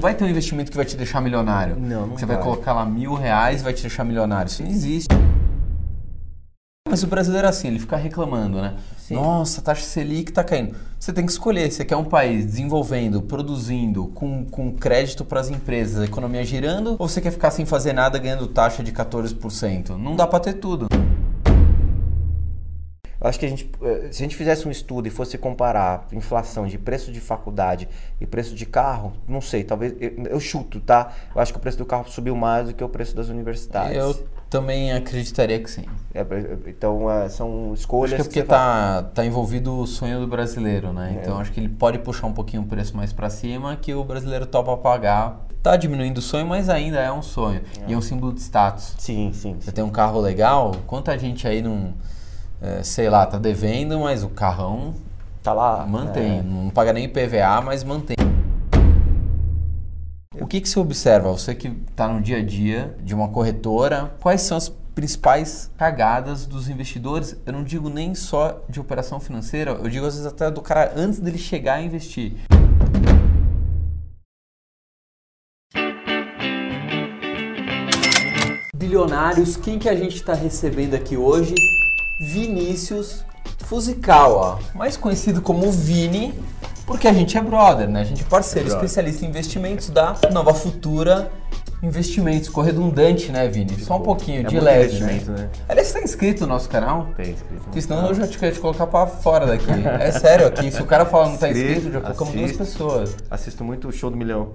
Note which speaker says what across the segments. Speaker 1: vai ter um investimento que vai te deixar milionário.
Speaker 2: Não, não
Speaker 1: Você vai
Speaker 2: vai.
Speaker 1: colocar lá mil reais e vai te deixar milionário. Isso não existe. Mas o brasileiro é assim, ele fica reclamando, né? Nossa, a taxa Selic tá caindo. Você tem que escolher, você quer um país desenvolvendo, produzindo, com, com crédito pras empresas, a economia girando, ou você quer ficar sem fazer nada ganhando taxa de 14%? Não dá pra ter tudo.
Speaker 2: Eu acho que a gente, eh, se a gente fizesse um estudo e fosse comparar inflação de preço de faculdade e preço de carro, não sei, talvez eu, eu chuto, tá? Eu acho que o preço do carro subiu mais do que o preço das universidades.
Speaker 1: Eu também acreditaria que sim.
Speaker 2: É, eh, então eh, são escolhas
Speaker 1: Acho que é
Speaker 2: você
Speaker 1: porque
Speaker 2: faz.
Speaker 1: tá, tá envolvido o sonho do brasileiro, né? Então acho que ele pode puxar um pouquinho o preço mais pra cima que o brasileiro topa pagar. Tá diminuindo o sonho, mas ainda é um sonho. E é um símbolo de status.
Speaker 2: Sim, sim.
Speaker 1: Você
Speaker 2: sim.
Speaker 1: tem um carro legal, quanta gente aí não. é, sei lá, tá devendo, mas o carrão
Speaker 2: Tá lá.
Speaker 1: mantém.
Speaker 3: É.
Speaker 1: né?
Speaker 2: eh,
Speaker 1: Não paga nem IPVA, mas mantém. O que, que você observa? Você que tá no dia a dia de uma corretora, quais são as principais cagadas dos investidores? Eu não digo nem só de operação financeira, eu digo às vezes até do cara antes dele chegar a investir. bilionários, quem que a gente está recebendo aqui hoje? Vinícius Fuzikawa, mais conhecido como Vini, porque a gente é brother, né? A gente é parceiro, especialista em investimentos da Nova Futura Investimentos. Ficou redundante, né, Vini? Só um pouquinho,
Speaker 2: é
Speaker 1: de
Speaker 2: muito
Speaker 1: leve, né?
Speaker 2: investimento, Tá. né?
Speaker 1: Aliás, você tá inscrito no nosso canal?
Speaker 2: Tem escrito.
Speaker 1: Porque senão eu já te, ia te colocar pra fora daqui. É sério aqui, se o cara falar não tá inscrito,
Speaker 2: Inscrito,
Speaker 1: já colocamos duas
Speaker 2: assiste.
Speaker 1: pessoas.
Speaker 2: Assisto muito o show do milhão.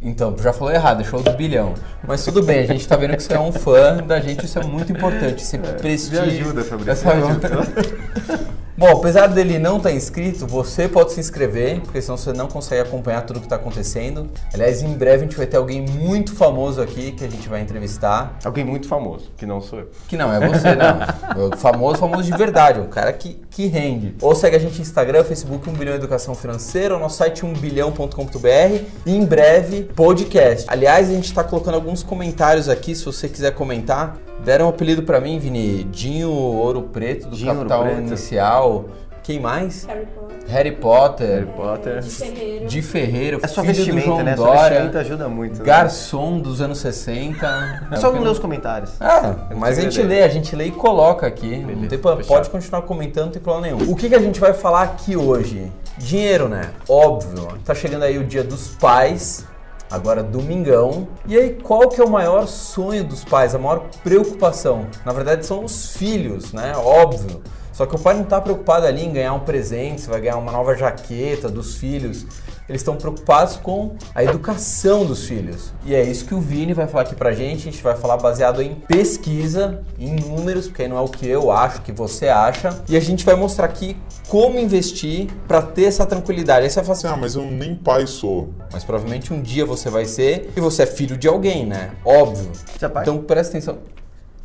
Speaker 1: Então, já falou errado, é show do bilhão. Mas tudo bem, a gente tá vendo que você é um fã da gente, isso é muito importante. Você prestígio.
Speaker 3: me ajuda, Fabrício,
Speaker 1: essa
Speaker 3: me
Speaker 1: onda. Bom, apesar dele não estar inscrito, você pode se inscrever, porque senão você não consegue acompanhar tudo que está acontecendo. Aliás, em breve a gente vai ter alguém muito famoso aqui que a gente vai entrevistar.
Speaker 3: Alguém muito famoso, que não sou eu.
Speaker 1: Que não, é você, não. O famoso, famoso de verdade, um cara que, que rende. Ou segue a gente no Instagram, Facebook, 1 bilhão Educação Financeira, o nosso site 1bilhão.com.br e em breve, podcast. Aliás, a gente tá colocando alguns comentários aqui, se você quiser comentar. Deram um apelido pra mim, Vini, Dinho Ouro Preto, do
Speaker 3: Dinho Ouro
Speaker 1: Capital
Speaker 3: Preto.
Speaker 1: Inicial. Quem mais?
Speaker 4: Harry Potter,
Speaker 1: Harry Potter,
Speaker 3: Potter.
Speaker 4: Ferreiro.
Speaker 1: de Ferreira,
Speaker 3: É sua
Speaker 1: filho do
Speaker 3: vestimenta,
Speaker 1: João
Speaker 3: né? Sua vestimenta
Speaker 1: Dora,
Speaker 3: ajuda muito. né?
Speaker 1: garçom dos anos 60.
Speaker 3: É
Speaker 1: É
Speaker 3: só
Speaker 1: o que
Speaker 3: não ler os comentários.
Speaker 1: Ah,
Speaker 3: Eu
Speaker 1: mas a
Speaker 3: tenho
Speaker 1: gente
Speaker 3: ideia.
Speaker 1: lê, a gente lê e coloca aqui. Não
Speaker 3: Beleza,
Speaker 1: tem problema.
Speaker 3: fechado.
Speaker 1: Pode continuar comentando, não tem problema nenhum. O que, que a gente vai falar aqui hoje? Dinheiro, né? Óbvio. Tá chegando aí o dia dos pais. Agora domingão. E aí, qual que é o maior sonho dos pais, a maior preocupação? Na verdade, são os filhos, né? Óbvio. Só que o pai não tá preocupado ali em ganhar um presente, se vai ganhar uma nova jaqueta dos filhos. Eles estão preocupados com a educação dos filhos. E é isso que o Vini vai falar aqui pra gente. A gente vai falar baseado em pesquisa, em números, porque aí não é o que eu acho, o que você acha. E a gente vai mostrar aqui como investir pra ter essa tranquilidade. Aí você vai falar assim,
Speaker 5: Ah, mas eu nem pai sou.
Speaker 1: mas provavelmente um dia você vai ser e você é filho de alguém, né? Óbvio.
Speaker 3: Você é pai?
Speaker 1: Então presta atenção.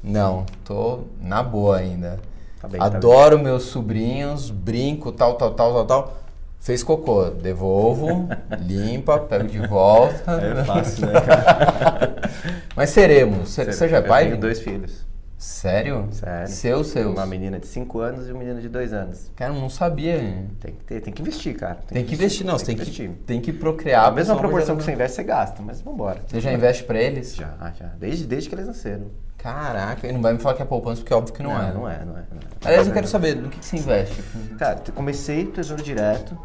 Speaker 1: Não, tô na boa ainda.
Speaker 3: Tá bem, tá
Speaker 1: Adoro meus sobrinhos, brinco, tal, tal, tal, tal, tal. Fez cocô, devolvo, limpa, pego de volta.
Speaker 3: É fácil, né, cara?
Speaker 1: Mas seremos. Você você já é pai?
Speaker 3: Eu tenho
Speaker 1: Vini?
Speaker 3: dois filhos.
Speaker 1: Sério?
Speaker 3: Sério.
Speaker 1: Seu, seu.
Speaker 3: Uma menina de 5 anos e um menino de 2 anos.
Speaker 1: Cara, eu não sabia. hein?
Speaker 3: Tem que ter, tem que investir, cara.
Speaker 1: Tem que investir, não. Você tem que,
Speaker 3: investir.
Speaker 1: tem que procriar.
Speaker 3: A mesma
Speaker 1: pelo amor de
Speaker 3: proporção que
Speaker 1: Deus.
Speaker 3: você investe, você gasta, mas vambora.
Speaker 1: Você já investe pra eles?
Speaker 3: Já, já. Desde, desde que eles nasceram.
Speaker 1: Caraca, e não vai me falar que é poupança, porque óbvio que não, é.
Speaker 3: Não é, não é. não é.
Speaker 1: Aliás, eu quero saber, no que, que você investe?
Speaker 3: Cara, eu comecei o Tesouro Direto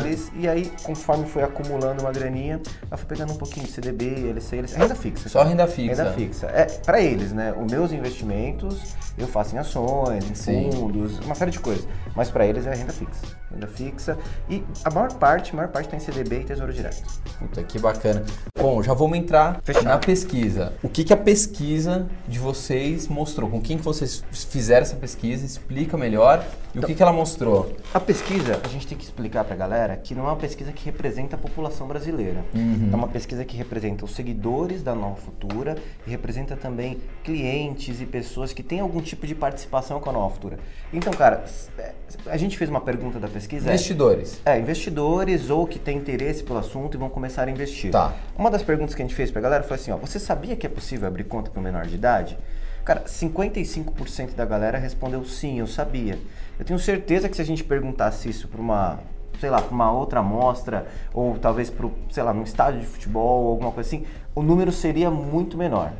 Speaker 3: deles, e aí, conforme foi acumulando uma graninha, eu fui pegando um pouquinho de CDB, LC, LC, renda fixa.
Speaker 1: Só renda fixa.
Speaker 3: Renda fixa. É, pra eles, né? Os meus investimentos eu faço em ações, em
Speaker 1: Sim.
Speaker 3: fundos, uma série de coisas. Mas pra eles é renda fixa. Renda fixa. E a maior parte, a maior parte tá em CDB e Tesouro Direto.
Speaker 1: Puta, que bacana. Bom, já vamos entrar
Speaker 3: Fechado.
Speaker 1: na pesquisa. O que, que a pesquisa de vocês mostrou? Com quem que vocês fizeram essa pesquisa? Explica melhor. E o
Speaker 3: Então-
Speaker 1: que, que ela mostrou?
Speaker 3: A pesquisa, a gente tem que explicar pra galera que não é uma pesquisa que representa a população brasileira. É uma pesquisa que representa os seguidores da Nova Futura e representa também clientes e pessoas que têm algum tipo de participação com a Nova Futura. Então, cara, s- é, a gente fez uma pergunta da pesquisa. é-
Speaker 1: Investidores.
Speaker 3: É, investidores ou que têm interesse pelo assunto e vão começar a investir.
Speaker 1: Tá.
Speaker 3: Uma das perguntas que a gente fez pra galera foi assim, ó, você sabia que é possível abrir conta para um menor de idade? Cara, 55% da galera respondeu sim, eu sabia. Eu tenho certeza que se a gente perguntasse isso para uma sei lá, para uma outra amostra, ou talvez para, sei lá, num estádio de futebol, ou alguma coisa assim, o número seria muito menor.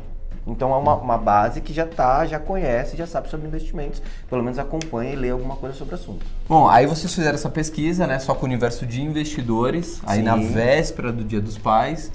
Speaker 3: Então é uma, uma base que já tá, já conhece, já sabe sobre investimentos, pelo menos acompanha e lê alguma coisa sobre o assunto.
Speaker 1: Bom, aí vocês fizeram essa pesquisa, né? Só com o universo de investidores, aí
Speaker 3: Sim.
Speaker 1: na véspera do Dia dos Pais.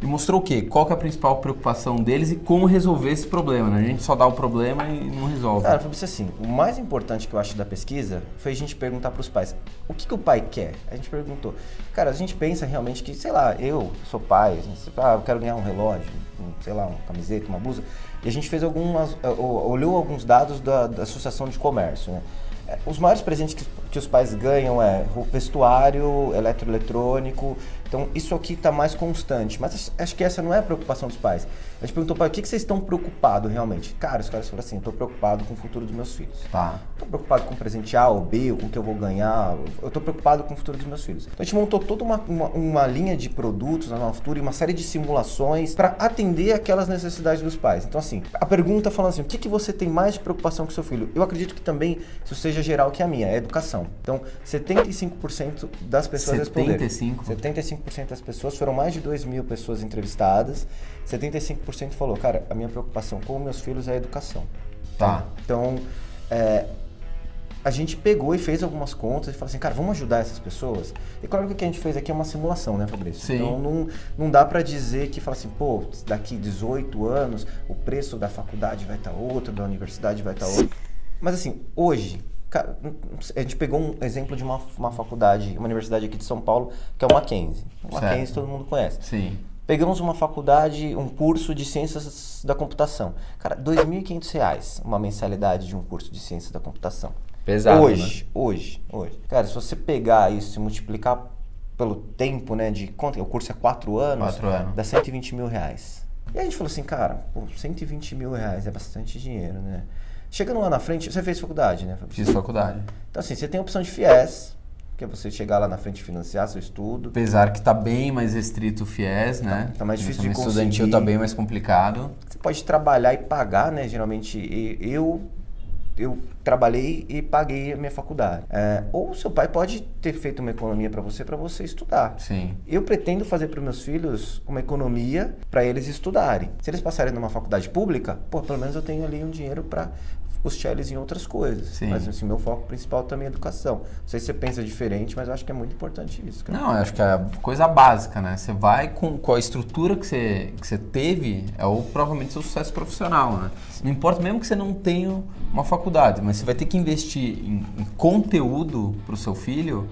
Speaker 1: E mostrou o quê? Qual que é a principal preocupação deles e como resolver esse problema, né? A gente só dá o problema e não resolve.
Speaker 3: Cara, Fabrício, assim, o mais importante que eu acho da pesquisa foi a gente perguntar para os pais, o que, que o pai quer? A gente perguntou. Cara, a gente pensa realmente que, sei lá, eu sou pai, né, sei lá, eu quero ganhar um relógio, um, sei lá, uma camiseta, uma blusa. E a gente fez algumas, eh, o- olhou alguns dados da, da Associação de Comércio, né? Eh, Os maiores presentes que, que os pais ganham é ro- vestuário, eletroeletrônico. Então, isso aqui está mais constante. Mas acho- acho que essa não é a preocupação dos pais. A gente perguntou para o que, que vocês estão preocupados realmente. Cara, os caras falaram assim: eu estou preocupado com o futuro dos meus filhos.
Speaker 1: Tá.
Speaker 3: Tô preocupado com o presente A ou B, ou com o que eu vou ganhar. Eu tô preocupado com o futuro dos meus filhos. Então a gente montou toda uma, uma, uma linha de produtos na Nova Futura e uma série de simulações para atender aquelas necessidades dos pais. Então, assim, a pergunta falando assim: o que, que você tem mais de preocupação com seu filho? Eu acredito que também isso seja geral que a minha, é a educação. Então, 75% das pessoas responderam.
Speaker 1: 75?
Speaker 3: 75% das pessoas, foram mais de 2 mil pessoas entrevistadas. 75% falou, cara, a minha preocupação com meus filhos é a educação.
Speaker 1: Tá.
Speaker 3: Então, é, a gente pegou e fez algumas contas e falou assim, cara, vamos ajudar essas pessoas? E claro que o que a gente fez aqui é uma simulação, né, Fabrício?
Speaker 1: Sim.
Speaker 3: Então, não, não dá pra dizer que fala assim, pô, daqui 18 anos o preço da faculdade vai estar outro, da universidade vai estar outro. Mas assim, hoje, cara, não- não sei, a gente pegou um exemplo de uma, uma faculdade, uma universidade aqui de São Paulo, que é o Mackenzie. O
Speaker 1: Certo.
Speaker 3: Mackenzie todo mundo conhece.
Speaker 1: Sim.
Speaker 3: Pegamos uma faculdade, um curso de ciências da computação. Cara, R$ 2.500 reais uma mensalidade de um curso de ciências da computação.
Speaker 1: Pesado, né?
Speaker 3: Hoje, hoje, hoje. Cara, se você pegar isso e multiplicar pelo tempo, né, de conta, o curso é 4 anos,
Speaker 1: Quatro anos.
Speaker 3: dá 120 mil reais. E a gente falou assim, cara, pô, 120 mil reais é bastante dinheiro, né? Chegando lá na frente, você fez faculdade, né? Fabrício?
Speaker 1: Fiz faculdade.
Speaker 3: Então assim, você tem a opção de FIES, que é você chegar lá na frente e financiar seu estudo.
Speaker 1: Apesar que tá bem mais restrito o FIES, né?
Speaker 3: Tá mais difícil de
Speaker 1: Financiamento estudantil tá
Speaker 3: conseguir.
Speaker 1: bem mais complicado.
Speaker 3: Você pode trabalhar e pagar, né? Geralmente e- eu eu trabalhei e paguei a minha faculdade. É, ou seu pai pode ter feito uma economia para você para você estudar.
Speaker 1: Sim.
Speaker 3: Eu pretendo fazer para meus filhos uma economia para eles estudarem. Se eles passarem numa faculdade pública, pô, pelo menos eu tenho ali um dinheiro para custear eles em outras coisas.
Speaker 1: Sim.
Speaker 3: Mas assim, meu foco principal também é educação. Não sei se você pensa diferente, mas eu acho que é muito importante isso, cara.
Speaker 1: Não, eu acho que é a coisa básica, né? Você vai com, com a estrutura que você, que você teve, é o, provavelmente seu sucesso profissional, né? Não importa mesmo que você não tenha uma faculdade, mas você vai ter que investir em, em conteúdo para o seu filho,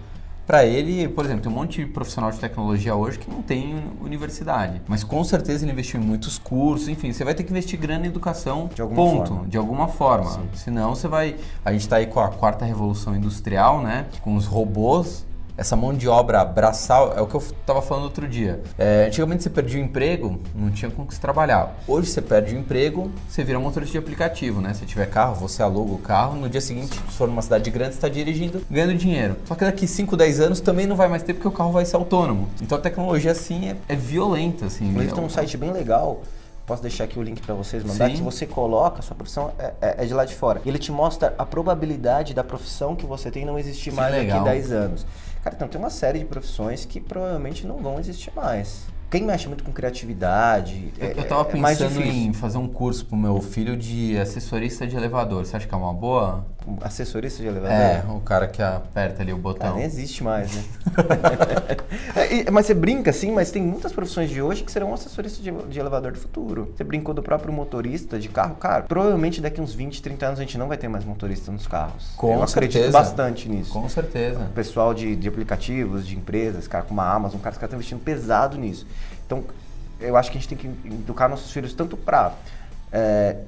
Speaker 1: para ele, por exemplo, tem um monte de profissional de tecnologia hoje que não tem universidade, mas com certeza ele investiu em muitos cursos, enfim, você vai ter que investir grana em educação,
Speaker 3: De alguma
Speaker 1: ponto,
Speaker 3: forma.
Speaker 1: de alguma forma. Senão você vai, a gente está aí com a quarta revolução industrial, né? Com os robôs, essa mão de obra braçal é o que eu estava falando outro dia. É, antigamente você perdia o emprego, não tinha com o que se trabalhar. Hoje você perde o emprego, você vira motorista de aplicativo, né? Se tiver carro, você aluga o carro. No dia seguinte, se for numa cidade grande, você está dirigindo, ganhando dinheiro. Só que daqui 5, 10 anos também não vai mais ter porque o carro vai ser autônomo. Então a tecnologia, assim, é, é violenta, assim.
Speaker 3: Inclusive tem
Speaker 1: É-
Speaker 3: um site bem legal. Posso deixar aqui o link para vocês mandar.
Speaker 1: Sim.
Speaker 3: Que você coloca, sua profissão é, é- é de lá de fora. E ele te mostra a probabilidade da profissão que você tem não existir
Speaker 1: Que
Speaker 3: mais
Speaker 1: legal.
Speaker 3: daqui 10 anos. Cara, então tem uma série de profissões que provavelmente não vão existir mais. Quem mexe muito com criatividade.
Speaker 1: Eu,
Speaker 3: é-
Speaker 1: eu tava
Speaker 3: é mais
Speaker 1: pensando
Speaker 3: difícil.
Speaker 1: em fazer um curso pro meu filho de assessorista de elevador. Você acha que é uma boa?
Speaker 3: Um Assessorista de elevador.
Speaker 1: É, o cara que aperta ali o
Speaker 3: Cara,
Speaker 1: botão.
Speaker 3: nem existe mais, né? É, e- mas você brinca, sim, mas tem muitas profissões de hoje que serão assessoristas de, de elevador do futuro. Você brincou do próprio motorista de carro, cara. Provavelmente daqui uns 20, 30 anos a gente não vai ter mais motorista nos carros.
Speaker 1: Com
Speaker 3: Eu acredito
Speaker 1: certeza.
Speaker 3: bastante nisso.
Speaker 1: Com certeza.
Speaker 3: O pessoal de, de aplicativos, de empresas, cara, como a Amazon, cara, os caras estão investindo pesado nisso. Então, eu acho que a gente tem que educar nossos filhos tanto para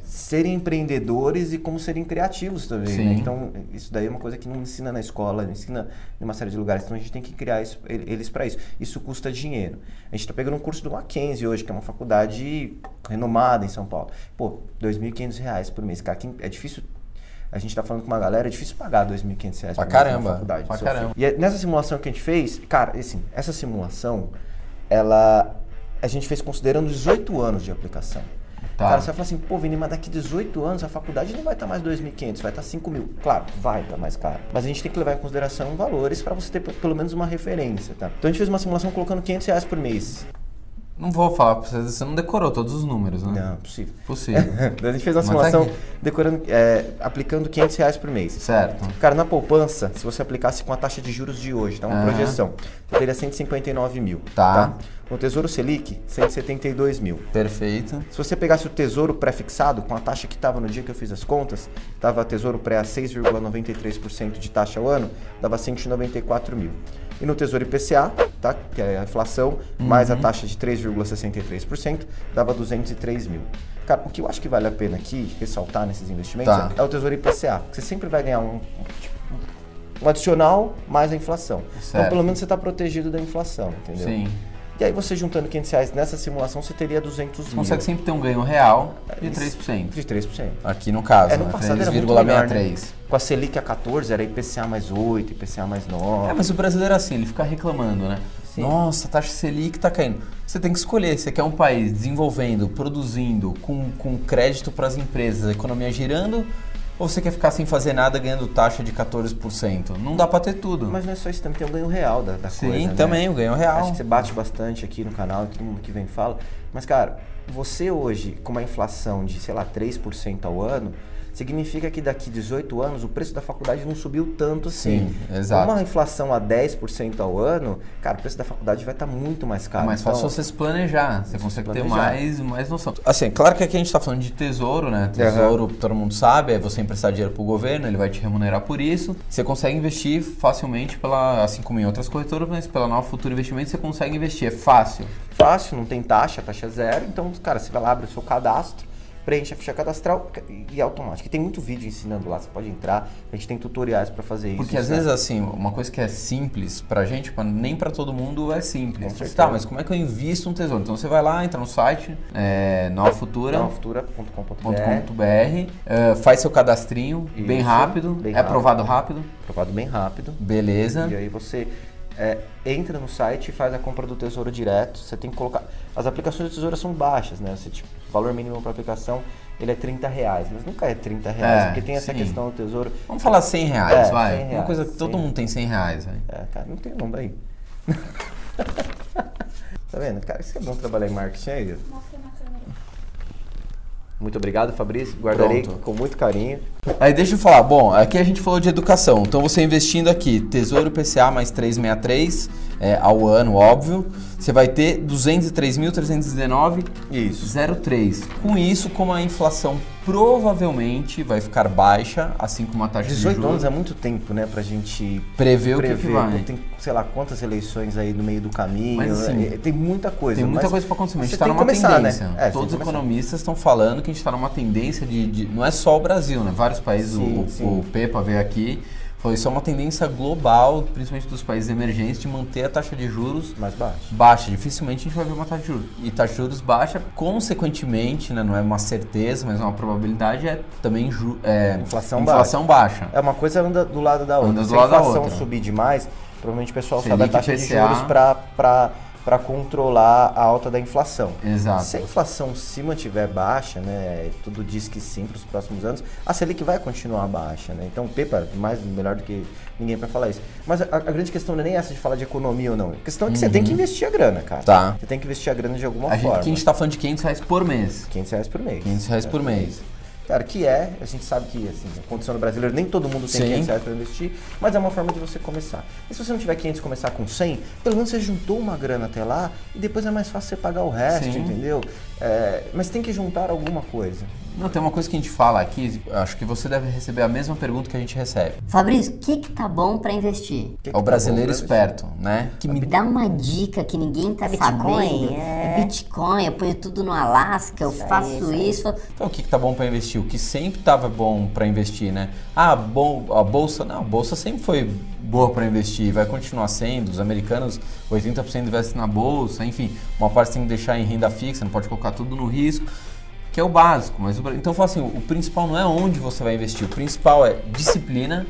Speaker 3: serem empreendedores e como serem criativos também.
Speaker 1: Sim.
Speaker 3: né? Então, isso daí é uma coisa que não ensina na escola, não ensina em uma série de lugares. Então, a gente tem que criar isso- ele- eles para isso. Isso custa dinheiro. A gente está pegando um curso do Mackenzie hoje, que é uma faculdade renomada em São Paulo. Pô, R$ 2.500 reais por mês. Cara, quem- é difícil. A gente tá falando com uma galera, é difícil pagar R$ 2.500 reais
Speaker 1: Pra
Speaker 3: por mês na
Speaker 1: caramba,
Speaker 3: faculdade do
Speaker 1: pra
Speaker 3: seu filho.
Speaker 1: caramba.
Speaker 3: E é- nessa simulação que a gente fez, cara, assim, essa simulação, ela a gente fez considerando 18 anos de aplicação.
Speaker 1: Tá.
Speaker 3: Cara, você vai falar assim, pô, Vini, mas daqui 18 anos a faculdade não vai estar mais 2.500, vai estar 5 mil. Claro, vai estar mais caro. Mas a gente tem que levar em consideração valores para você ter p- pelo menos uma referência, tá? Então a gente fez uma simulação colocando 500 reais por mês.
Speaker 1: Não vou falar pra vocês, você não decorou todos os números, né?
Speaker 3: Não, possível.
Speaker 1: Possível.
Speaker 3: a gente fez uma
Speaker 1: Mas
Speaker 3: simulação
Speaker 1: aqui-
Speaker 3: decorando, é, aplicando 500 reais por mês.
Speaker 1: certo.
Speaker 3: Cara, na poupança, se você aplicasse com a taxa de juros de hoje, tá? Uma
Speaker 1: Aham.
Speaker 3: projeção, você teria 159 mil.
Speaker 1: Tá.
Speaker 3: No Tesouro Selic, 172 mil.
Speaker 1: Perfeito.
Speaker 3: Se você pegasse o Tesouro pré-fixado, com a taxa que estava no dia que eu fiz as contas, estava Tesouro pré a 6,93% de taxa ao ano, dava 194 mil. E no Tesouro IPCA, tá? que é a inflação, mais a
Speaker 1: Uhum.
Speaker 3: taxa de 3,63%, dava 203 mil. Cara, o que eu acho que vale a pena aqui ressaltar nesses investimentos
Speaker 1: Tá.
Speaker 3: é o Tesouro IPCA. que Você sempre vai ganhar um, um adicional mais a inflação.
Speaker 1: Certo.
Speaker 3: Então, pelo menos você está protegido da inflação, entendeu?
Speaker 1: Sim.
Speaker 3: E aí, você juntando 500 reais nessa simulação, você teria 200 mil.
Speaker 1: Consegue sempre ter um ganho real de
Speaker 3: É Isso.
Speaker 1: 3%.
Speaker 3: De 3%.
Speaker 1: Aqui no caso,
Speaker 3: É, no
Speaker 1: né?
Speaker 3: passado era muito melhor, né?
Speaker 1: 3,63.
Speaker 3: Com a Selic a 14, era IPCA mais 8, IPCA mais 9.
Speaker 1: É, mas o brasileiro é assim, ele fica reclamando, né? Nossa, a taxa Selic tá caindo. Você tem que escolher, você quer um país desenvolvendo, produzindo, com, com crédito para as empresas, a economia girando, ou você quer ficar sem fazer nada ganhando taxa de 14%? Não dá pra ter tudo.
Speaker 3: Mas não é só isso, também tem o ganho real da, da
Speaker 1: Sim,
Speaker 3: coisa, né?
Speaker 1: também, o ganho é real.
Speaker 3: Acho que você bate bastante aqui no canal, todo mundo que vem fala. Mas, cara, você hoje, com uma inflação de, sei lá, 3% ao ano, significa que daqui 18 anos o preço da faculdade não subiu tanto assim.
Speaker 1: Sim, exato.
Speaker 3: Uma inflação a 10% ao ano, cara, o preço da faculdade vai estar muito mais caro.
Speaker 1: mais
Speaker 3: Então,
Speaker 1: fácil você se Tá, planejar, você consegue ter
Speaker 3: planejar.
Speaker 1: mais, mais noção. Assim, claro que aqui a gente está falando de tesouro, né? Tesouro, todo mundo sabe, é você emprestar dinheiro pro governo, ele vai te remunerar por isso. Você consegue investir facilmente pela, assim como em outras corretoras, mas pela Nova Futura Investimentos você consegue investir, é fácil.
Speaker 3: fácil, não tem taxa, taxa zero. Então, cara, você vai lá, abre o seu cadastro, preenche a ficha cadastral e- e é automático. E tem muito vídeo ensinando lá, você pode entrar, a gente tem tutoriais pra fazer isso.
Speaker 1: Porque às
Speaker 3: né?
Speaker 1: vezes, assim, uma coisa que é simples pra gente, pra- nem pra todo mundo é simples.
Speaker 3: Com certeza.
Speaker 1: tá, mas como é que eu invisto um tesouro? Então você vai lá, entra no site, é, Nova É. Futura.
Speaker 3: Novafutura.com.br
Speaker 1: .com.br, eh, faz seu cadastrinho bem
Speaker 3: Isso,
Speaker 1: rápido,
Speaker 3: bem
Speaker 1: é aprovado rápido,
Speaker 3: Aprovado bem rápido.
Speaker 1: beleza.
Speaker 3: E aí você é, entra no site e faz a compra do tesouro direto. Você tem que colocar. As aplicações do tesouro são baixas, né? Você, tipo, o valor mínimo para aplicação ele é 30 reais, mas nunca é 30 reais,
Speaker 1: É,
Speaker 3: porque tem essa
Speaker 1: sim.
Speaker 3: questão do tesouro.
Speaker 1: Vamos falar 100 reais,
Speaker 3: É,
Speaker 1: vai.
Speaker 3: 100
Speaker 1: Uma
Speaker 3: reais,
Speaker 1: coisa que todo
Speaker 3: 100.
Speaker 1: mundo tem 100 reais, né?
Speaker 3: É, cara, não tem não daí. tá vendo? Cara, isso que é bom trabalhar em marketing aí.
Speaker 4: Mostra na câmera.
Speaker 3: Muito obrigado, Fabrício. Guardarei
Speaker 1: Pronto.
Speaker 3: com muito carinho.
Speaker 1: Aí deixa eu falar, bom, aqui a gente falou de educação, então você investindo aqui, Tesouro PCA mais 363 é, ao ano, óbvio, você vai ter 203.319,03.
Speaker 3: Isso.
Speaker 1: Com isso, como a inflação provavelmente vai ficar baixa, assim como a taxa de
Speaker 3: 18
Speaker 1: juros,
Speaker 3: anos é muito tempo, né, pra gente
Speaker 1: prevê o que, que
Speaker 3: prever.
Speaker 1: vai.
Speaker 3: Tem, sei lá, quantas eleições aí no meio do caminho.
Speaker 1: Mas, assim,
Speaker 3: é, tem muita coisa.
Speaker 1: Tem muita
Speaker 3: mas
Speaker 1: coisa pra acontecer, mas a
Speaker 3: você
Speaker 1: gente tá
Speaker 3: tem
Speaker 1: numa
Speaker 3: que começar,
Speaker 1: tendência.
Speaker 3: Né? É,
Speaker 1: Todos os
Speaker 3: tem que começar.
Speaker 1: economistas estão falando que a gente tá numa tendência de, de- Não é só o Brasil, né? Vários países,
Speaker 3: Sim,
Speaker 1: o,
Speaker 3: sim.
Speaker 1: o Pepa veio aqui, falou isso é uma tendência global, principalmente dos países emergentes, de manter a taxa de juros
Speaker 3: Mais baixo.
Speaker 1: baixa. Dificilmente a gente vai ver uma taxa de juros. E taxa de juros baixa, consequentemente, né? Não é uma certeza, mas é uma probabilidade, é também ju, é,
Speaker 3: Inflação
Speaker 1: inflação baixa.
Speaker 3: É uma coisa anda do lado da outra.
Speaker 1: Anda do
Speaker 3: Se
Speaker 1: lado da
Speaker 3: a inflação
Speaker 1: outra.
Speaker 3: subir demais, provavelmente o pessoal
Speaker 1: Selic,
Speaker 3: sobe a taxa de
Speaker 1: IPCA.
Speaker 3: juros pra, pra, pra controlar a alta da inflação.
Speaker 1: Exato.
Speaker 3: Se a inflação se mantiver baixa, né, tudo diz que sim para os próximos anos, a Selic vai continuar baixa, né? Então, Pepa, mais melhor do que ninguém para falar isso. Mas a, a grande questão não é nem essa de falar de economia ou não. A questão é que você tem que investir a grana, cara.
Speaker 1: Uhum. Tá.
Speaker 3: Você tem que investir a grana de alguma
Speaker 1: A gente,
Speaker 3: É, forma.
Speaker 1: aqui a gente tá falando de 500 reais por mês.
Speaker 3: 500 reais por mês. Né?
Speaker 1: 500 reais por mês.
Speaker 3: Cara, que é, a gente sabe que assim, a condição do brasileiro, nem todo mundo tem
Speaker 1: Sim.
Speaker 3: 500 reais para investir, mas é uma forma de você começar. E se você não tiver 500 começar com 100, pelo menos você juntou uma grana até lá e depois é mais fácil você pagar o resto,
Speaker 1: Sim.
Speaker 3: entendeu? É, mas tem que juntar alguma coisa.
Speaker 1: Não, tem uma coisa que a gente fala aqui, acho que você deve receber a mesma pergunta que a gente recebe.
Speaker 5: Fabrício, o que, que tá bom pra investir?
Speaker 1: É
Speaker 3: Que que
Speaker 1: o
Speaker 3: tá
Speaker 1: brasileiro
Speaker 3: bom pra
Speaker 1: esperto, né? Que me
Speaker 5: Dá uma dica que ninguém tá sabendo. É Bitcoin, eu ponho tudo no Alasca, eu faço isso.
Speaker 1: Então, o que, que tá bom para investir? O que sempre tava bom para investir, né? Ah, bom, a bolsa, não, a bolsa sempre foi boa para investir, vai continuar sendo. Os americanos, 80% investem na bolsa, enfim, uma parte tem que deixar em renda fixa, não pode colocar tudo no risco, que é o básico. Mas o Bra- então, eu falo assim, o principal não é onde você vai investir, o principal é disciplina,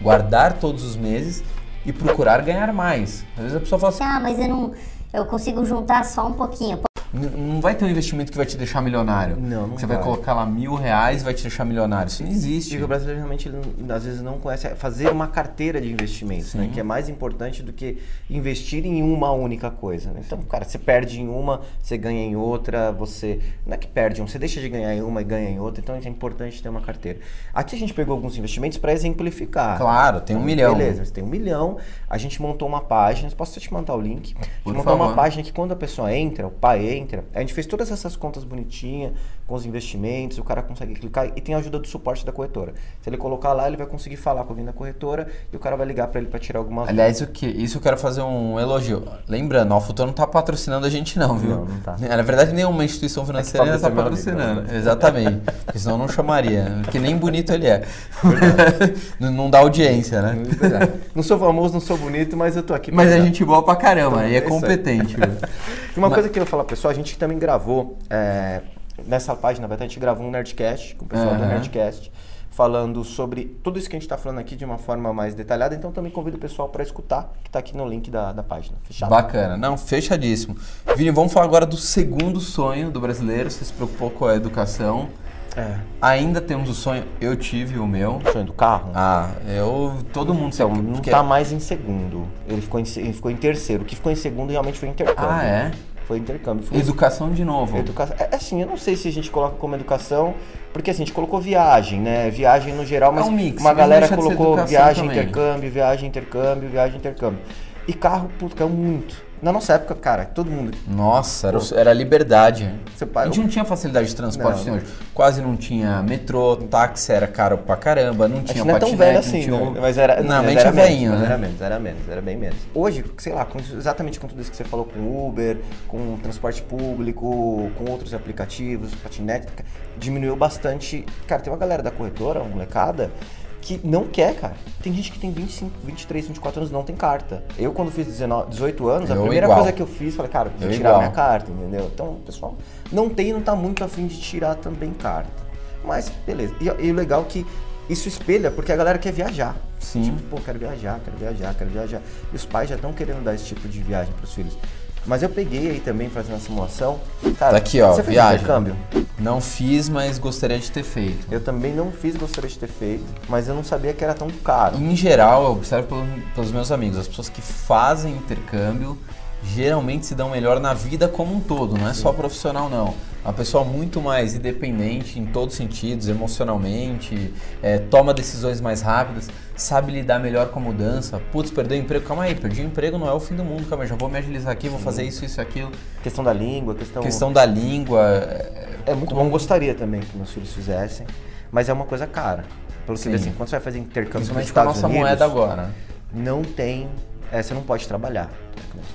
Speaker 1: guardar todos os meses e procurar ganhar mais. Às vezes a pessoa fala assim,
Speaker 5: Ah, mas eu não. Eu consigo juntar só um pouquinho. Pô,
Speaker 1: N- Não vai ter um investimento que vai te deixar milionário.
Speaker 3: Não, não
Speaker 1: Você vai
Speaker 3: vai.
Speaker 1: colocar lá mil reais e vai te deixar milionário. Isso não existe. né?
Speaker 3: Digo, o brasileiro realmente ele não- às vezes não conhece é fazer uma carteira de investimentos, né? Que é mais importante do que investir em uma única coisa. né? Então, cara, você perde em uma, você ganha em outra, você. Não é que perde em uma, você deixa de ganhar em uma e ganha em outra, então é importante ter uma carteira. Aqui a gente pegou alguns investimentos para exemplificar.
Speaker 1: Claro, tem um milhão.
Speaker 3: Beleza, você tem um milhão. A gente montou uma página. Posso te mandar o link? A gente
Speaker 1: Por
Speaker 3: montou
Speaker 1: favor.
Speaker 3: uma página que quando a pessoa entra, o pai entra, a gente fez todas essas contas bonitinhas, com os investimentos, o cara consegue clicar e tem a ajuda do suporte da corretora. Se ele colocar lá, ele vai conseguir falar com alguém da corretora e o cara vai ligar pra ele pra tirar alguma
Speaker 1: Aliás, o que, isso eu quero fazer um elogio. Lembrando, o Futuro não tá patrocinando a gente não, viu?
Speaker 3: Não, não tá.
Speaker 1: Na verdade, nenhuma instituição financeira ainda tá
Speaker 3: Fabrício é meu
Speaker 1: patrocinando. Exatamente. Porque senão não chamaria. Porque nem bonito ele é. não, não dá audiência, né?
Speaker 3: Não sou famoso, não sou bonito, mas eu tô aqui.
Speaker 1: Mas
Speaker 3: pra-
Speaker 1: é gente boa pra caramba. e é
Speaker 3: isso aí.
Speaker 1: competente. viu?
Speaker 3: E uma coisa que eu ia falar, pessoal, a gente também gravou, é, nessa página, na verdade, a gente gravou um Nerdcast com o pessoal do
Speaker 1: Aham.
Speaker 3: Nerdcast, falando sobre tudo isso que a gente está falando aqui de uma forma mais detalhada. Então, também convido o pessoal para escutar, que está aqui no link da, da página. Fechado?
Speaker 1: Bacana. Não, fechadíssimo. Vini, vamos falar agora do segundo sonho do brasileiro. Você se preocupou com a educação.
Speaker 3: É.
Speaker 1: Ainda temos o sonho. Eu tive o meu.
Speaker 3: Sonho do carro?
Speaker 1: Ah, eu. Todo mundo é- se
Speaker 3: Então, não
Speaker 1: porque-
Speaker 3: está mais em segundo. Ele ficou em, se- ele ficou em terceiro. O que ficou em segundo realmente foi intercâmbio.
Speaker 1: Ah, é?
Speaker 3: Foi intercâmbio. Foi
Speaker 1: Educação de novo.
Speaker 3: Educação. É assim, eu não sei se a gente coloca como educação, porque assim, a gente colocou viagem, né? Viagem no geral, mas
Speaker 1: É um mix,
Speaker 3: uma
Speaker 1: mas não
Speaker 3: galera
Speaker 1: deixa de ser
Speaker 3: colocou
Speaker 1: educação
Speaker 3: viagem,
Speaker 1: também.
Speaker 3: intercâmbio, viagem, intercâmbio, viagem, intercâmbio. E carro, puto, caiu muito. Na nossa época, cara, todo mundo.
Speaker 1: Nossa, era, era liberdade.
Speaker 3: Você
Speaker 1: A
Speaker 3: parou.
Speaker 1: gente não tinha facilidade de transporte que
Speaker 3: Não.
Speaker 1: tem hoje. Quase não tinha metrô, táxi era caro pra caramba, não
Speaker 3: A
Speaker 1: tinha
Speaker 3: gente não é tão
Speaker 1: patinete,
Speaker 3: velho
Speaker 1: não
Speaker 3: assim,
Speaker 1: tinha
Speaker 3: né?
Speaker 1: Uber.
Speaker 3: Mas era.
Speaker 1: Não, mas
Speaker 3: mas
Speaker 1: a gente é
Speaker 3: era menos,
Speaker 1: velhinho,
Speaker 3: mas
Speaker 1: né?
Speaker 3: Era menos, era menos, era bem menos. Hoje, sei lá, com isso- exatamente com tudo isso que você falou com Uber, com transporte público, com outros aplicativos, patinete, ca- diminuiu bastante. Cara, tem uma galera da corretora, uma molecada, que não quer, cara. Tem gente que tem 25, 23, 24 anos não tem carta. Eu, quando fiz 19, 18 anos,
Speaker 1: Eu
Speaker 3: a primeira
Speaker 1: igual.
Speaker 3: coisa que eu fiz, falei, cara, vou
Speaker 1: Eu
Speaker 3: tirar
Speaker 1: igual.
Speaker 3: minha carta, entendeu? Então, o pessoal não tem e não tá muito afim de tirar também carta. Mas, beleza. E, e o legal é que isso espelha, porque a galera quer viajar.
Speaker 1: Sim.
Speaker 3: Tipo, pô, quero viajar, quero viajar, quero viajar. E os pais já estão querendo dar esse tipo de viagem pros filhos. Mas eu peguei aí também, fazendo a simulação. Cara,
Speaker 1: Tá aqui, ó,
Speaker 3: você fez um
Speaker 1: viagem.
Speaker 3: intercâmbio?
Speaker 1: Não fiz, mas gostaria de ter feito.
Speaker 3: Eu também não fiz, gostaria de ter feito, mas eu não sabia que era tão caro.
Speaker 1: Em geral, eu observo pelo- pelos meus amigos, as pessoas que fazem intercâmbio geralmente se dão melhor na vida como um todo, não é só profissional não. A pessoa muito mais independente em todos os sentidos, emocionalmente, é, toma decisões mais rápidas, sabe lidar melhor com a mudança. Putz, perdeu o emprego, calma aí, perdi o emprego, não é o fim do mundo, calma aí, já vou me agilizar aqui, vou fazer isso, isso e aquilo.
Speaker 3: Questão da língua, questão...
Speaker 1: Questão da língua, é,
Speaker 3: É muito bom, gostaria também que meus filhos fizessem, mas é uma coisa cara. Pelo que, assim, quando você vai fazer intercâmbio nos
Speaker 1: principalmente com a
Speaker 3: Estados
Speaker 1: nossa
Speaker 3: Unidos,
Speaker 1: moeda agora.
Speaker 3: não tem... é, você não pode trabalhar.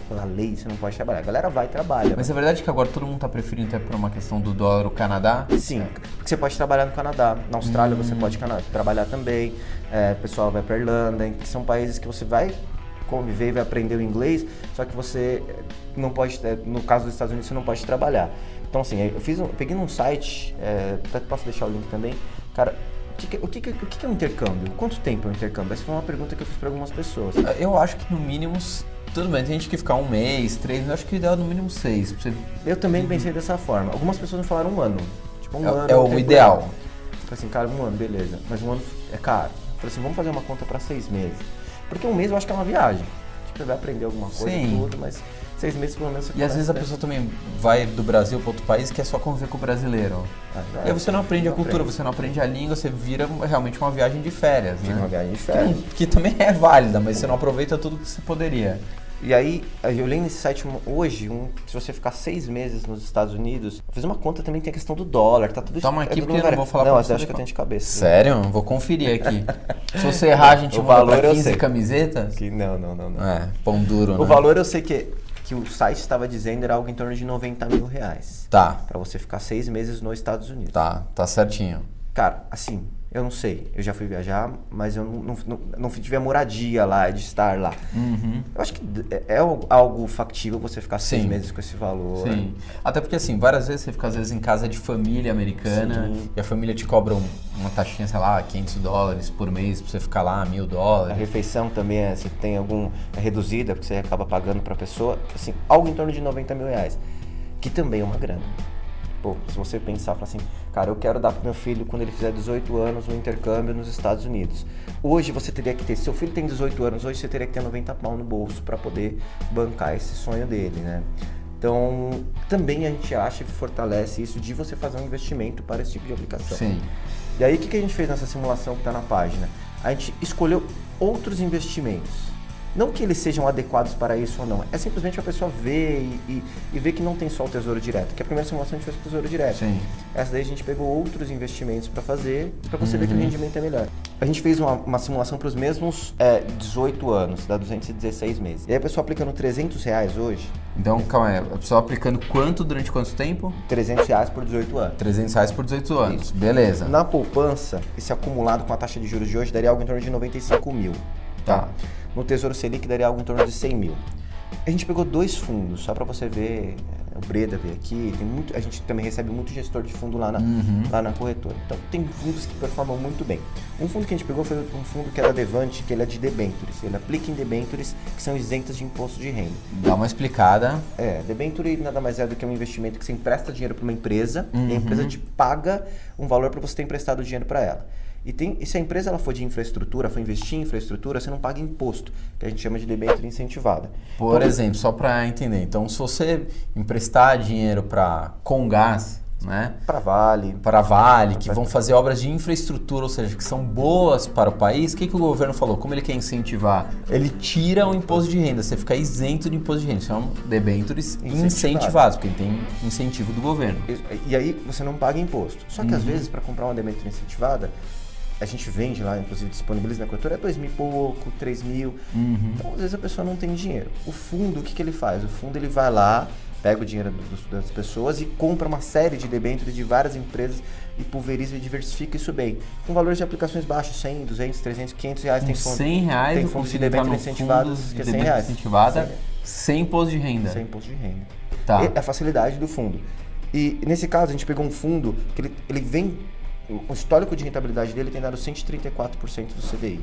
Speaker 3: Pela lei, você não pode trabalhar. A galera vai e trabalha.
Speaker 1: Mas é verdade que agora todo mundo está preferindo até por uma questão do dólar o Canadá?
Speaker 3: Sim, porque você pode trabalhar no Canadá. Na Austrália você pode cana- trabalhar também. É, o pessoal vai pra Irlanda, que são países que você vai conviver, vai aprender o inglês, só que você eh, não pode, eh, no caso dos Estados Unidos, você não pode trabalhar. Então assim, eu fiz um, peguei num site, é, até posso deixar o link também, cara. O que, que- o, que, que- o que que é um intercâmbio? Quanto tempo é um intercâmbio? Essa foi uma pergunta que eu fiz para algumas pessoas.
Speaker 1: Eu acho que no mínimo, tudo bem, tem gente que ficar um mês, três, mas eu acho que o ideal é no mínimo seis. pra você-
Speaker 3: Eu também pensei dessa forma. Algumas pessoas me falaram um ano. Tipo, um
Speaker 1: É-
Speaker 3: ano.
Speaker 1: é o
Speaker 3: tempo
Speaker 1: ideal.
Speaker 3: legal. Falei assim, cara, um ano, beleza. Mas um ano é caro. Falei assim, vamos fazer uma conta pra seis meses. Porque um mês eu acho que é uma viagem. Tipo, você vai aprender alguma coisa e
Speaker 1: Sim.
Speaker 3: tudo, mas seis meses pelo menos você
Speaker 1: E às vezes a pessoa também vai do Brasil para outro país que é só conviver com o brasileiro.
Speaker 3: pessoa.
Speaker 1: E aí você não aprende a cultura, você não aprende a língua, você vira realmente uma viagem de férias,
Speaker 3: Fica uma
Speaker 1: né?
Speaker 3: viagem de férias.
Speaker 1: Que também é válida, mas você não aproveita tudo que você poderia.
Speaker 3: E aí, eu li nesse site um- hoje, um, se você ficar seis meses nos Estados Unidos, eu fiz uma conta também, tem a questão do dólar, tá tudo
Speaker 1: Toma
Speaker 3: é
Speaker 1: aqui
Speaker 3: tudo
Speaker 1: porque eu não
Speaker 3: lugar-
Speaker 1: vou falar
Speaker 3: Não,
Speaker 1: pra
Speaker 3: essa
Speaker 1: você
Speaker 3: eu acho que eu
Speaker 1: depois.
Speaker 3: tenho de cabeça.
Speaker 1: Sério? Vou conferir aqui. Se você errar, a gente
Speaker 3: O
Speaker 1: muda pra
Speaker 3: valor eu
Speaker 1: 15
Speaker 3: sei.
Speaker 1: camisetas.
Speaker 3: Que- Não, não, não, não.
Speaker 1: É, pão duro,
Speaker 3: O
Speaker 1: né?
Speaker 3: valor eu sei que, que o site estava dizendo era algo em torno de 90 mil reais.
Speaker 1: Tá,
Speaker 3: Pra você ficar seis meses nos Estados Unidos.
Speaker 1: tá, tá certinho.
Speaker 3: Cara, assim, eu não sei. Eu já fui viajar, mas eu não, não, não, não tive a moradia lá, de estar lá. Eu acho que é, é algo factível você ficar seis
Speaker 1: Uhum. Sim.
Speaker 3: meses com esse valor.
Speaker 1: Sim. Até porque, assim, várias vezes você fica, às vezes, em casa de família americana e a família te cobra um- uma taxinha, sei lá, 500 dólares por mês pra você ficar lá, mil
Speaker 3: A
Speaker 1: dólares.
Speaker 3: refeição também é, assim, tem algum é reduzida, porque você acaba pagando pra pessoa, assim, algo em torno de 90 mil reais. que também é uma grana. Pô, se você pensar, falar assim, cara, eu quero dar pro meu filho quando ele fizer 18 anos um intercâmbio nos Estados Unidos. Hoje você teria que ter, se seu filho tem 18 anos, hoje você teria que ter 90 pau no bolso para poder bancar esse sonho dele, né? Então, também a gente acha e fortalece isso de você fazer um investimento para esse tipo de aplicação.
Speaker 1: Sim.
Speaker 3: E aí, o que, que a gente fez nessa simulação que está na página? A gente escolheu outros investimentos. Não que eles sejam adequados para isso ou não, é simplesmente a pessoa ver e, e, e ver que não tem só o tesouro direto. Que a primeira simulação a gente fez com o tesouro direto.
Speaker 1: Sim.
Speaker 3: Essa daí a gente pegou outros investimentos para fazer, para você ver que o rendimento é melhor. A gente fez uma, uma simulação para os mesmos é, 18 anos, dá 216 meses. E aí a pessoa aplicando 300 reais hoje,
Speaker 1: Então, calma aí. A pessoa aplicando quanto durante quanto tempo?
Speaker 3: 300 reais por 18 anos.
Speaker 1: 300 reais por 18 anos. Beleza.
Speaker 3: Na poupança, esse acumulado com a taxa de juros de hoje daria algo em torno de 95 mil.
Speaker 1: Tá.
Speaker 3: No Tesouro Selic daria algo em torno de 100 mil. A gente pegou dois fundos, só para você ver, é, o Breda veio aqui, tem muito, a gente também recebe muito gestor de fundo lá na, lá na corretora. Então tem fundos que performam muito bem. Um fundo que a gente pegou foi um fundo que é da Devante, que ele é de debêntures. Ele aplica em debêntures que são isentas de imposto de renda.
Speaker 1: Dá uma explicada.
Speaker 3: É, debenture nada mais é do que um investimento que você empresta dinheiro para uma empresa e a empresa te paga um valor para você ter emprestado dinheiro para ela. E, tem, e se a empresa ela for de infraestrutura, for investir em infraestrutura, você não paga imposto, que a gente chama de debenture incentivada.
Speaker 1: Por exemplo, só para entender. Então, se você emprestar dinheiro para Congás, né?
Speaker 3: Para Vale,
Speaker 1: Para Vale, que vão fazer obras de infraestrutura, ou seja, que são boas para o país, o que, que o governo falou? Como ele quer incentivar? Ele tira o imposto de renda, você fica isento de imposto de renda. São debêntures
Speaker 3: Incentivado.
Speaker 1: incentivados, porque tem incentivo do governo.
Speaker 3: E- E aí você não paga imposto. Só que
Speaker 1: Uhum.
Speaker 3: às vezes, para comprar uma debênture incentivada, a gente vende lá, inclusive disponibiliza na corretora, é dois mil e pouco, três mil.
Speaker 1: Uhum.
Speaker 3: Então, às vezes a pessoa não tem dinheiro. O fundo, o que, que ele faz? O fundo ele vai lá, pega o dinheiro do- dos- das pessoas e compra uma série de debêntures de várias empresas e pulveriza e diversifica isso bem. Com valores de aplicações baixos, 100, 200, 300, 500 reais.
Speaker 1: Com
Speaker 3: Tem fundo,
Speaker 1: 100 reais,
Speaker 3: tem
Speaker 1: eu
Speaker 3: fundo de
Speaker 1: consigo entrar
Speaker 3: debênture
Speaker 1: no
Speaker 3: incentivado
Speaker 1: fundo de
Speaker 3: que é 100
Speaker 1: debênture
Speaker 3: reais.
Speaker 1: incentivada
Speaker 3: 100
Speaker 1: sem imposto de renda.
Speaker 3: sem imposto de renda.
Speaker 1: Tá.
Speaker 3: É a facilidade do fundo. E nesse caso, a gente pegou um fundo que ele, ele vem. O histórico de rentabilidade dele tem dado 134% do CDI,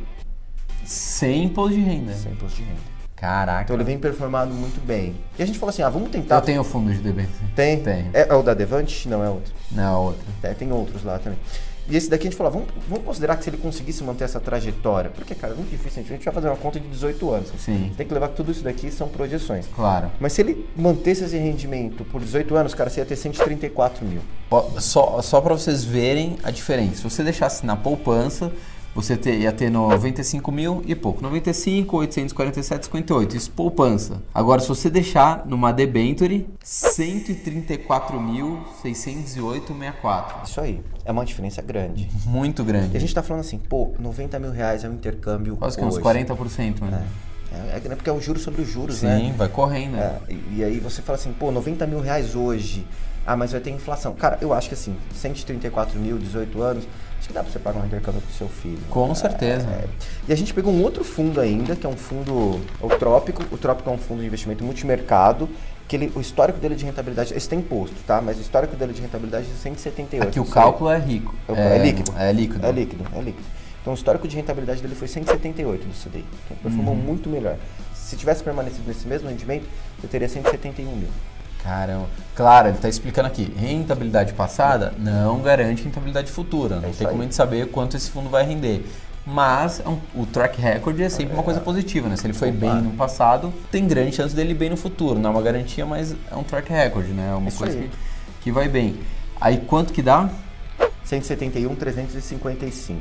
Speaker 1: Sem imposto de renda.
Speaker 3: sem imposto de renda.
Speaker 1: Caraca.
Speaker 3: Então ele vem performando muito bem. E a gente falou assim: ah, vamos tentar.
Speaker 1: Eu tenho fundo de debênture.
Speaker 3: Tem?
Speaker 1: Tenho.
Speaker 3: É, é o da Devante? Não, é outro.
Speaker 1: Não, a outra.
Speaker 3: É, tem outros lá também. E esse daqui a gente falou: ah, vamos, vamos considerar que se ele conseguisse manter essa trajetória. Porque, cara, é muito difícil. A gente vai fazer uma conta de 18 anos.
Speaker 1: Sim.
Speaker 3: Tem que levar que tudo isso daqui são projeções.
Speaker 1: Claro.
Speaker 3: Mas se ele mantesse esse rendimento por 18 anos, cara, você ia ter 134 mil.
Speaker 1: Ó, Só, só para vocês verem a diferença. Se você deixasse na poupança, você ter- ia ter 95 mil e pouco. 95, 847, 58. Isso poupança. Agora, se você deixar numa debenture, 134.608,64.
Speaker 3: Isso aí. É uma diferença grande.
Speaker 1: Muito grande.
Speaker 3: E a gente tá falando assim, pô, 90 mil reais é um intercâmbio.
Speaker 1: Quase que
Speaker 3: hoje.
Speaker 1: uns 40%, né?
Speaker 3: É, é grande porque é o juros sobre os juros,
Speaker 1: Sim,
Speaker 3: né?
Speaker 1: vai correndo. né?
Speaker 3: É, e, e aí você fala assim, pô, 90 mil reais hoje. Ah, mas vai ter inflação. Cara, eu acho que assim, 134 mil, 18 anos, acho que dá pra você pagar um intercâmbio pro seu filho.
Speaker 1: Com certeza.
Speaker 3: E a gente pegou um outro fundo ainda, que é um fundo, é o Trópico. O Trópico é um fundo de investimento multimercado, que ele, o histórico dele de rentabilidade, esse tem imposto, tá? Mas o histórico dele de rentabilidade é 178.
Speaker 1: Aqui o
Speaker 3: Isso aí.
Speaker 1: cálculo é rico.
Speaker 3: É, o- é líquido.
Speaker 1: É líquido.
Speaker 3: É líquido, é líquido. Então o histórico de rentabilidade dele foi 178 do CDI. Então performou
Speaker 1: Uhum.
Speaker 3: muito melhor. Se tivesse permanecido nesse mesmo rendimento, eu teria 171 mil.
Speaker 1: Caramba. Claro, ele está explicando aqui. Rentabilidade passada não garante rentabilidade futura. Não
Speaker 3: É isso
Speaker 1: tem
Speaker 3: aí.
Speaker 1: como a gente saber quanto esse fundo vai render. Mas é um- o track record é sempre uma coisa positiva, né? Se ele foi bem no passado, tem grande chance dele ir bem no futuro. Não é uma garantia, mas é um track record, né? É uma
Speaker 3: Isso
Speaker 1: coisa
Speaker 3: aí. Tá.
Speaker 1: que, que vai bem. Aí quanto que dá?
Speaker 3: 171, 355.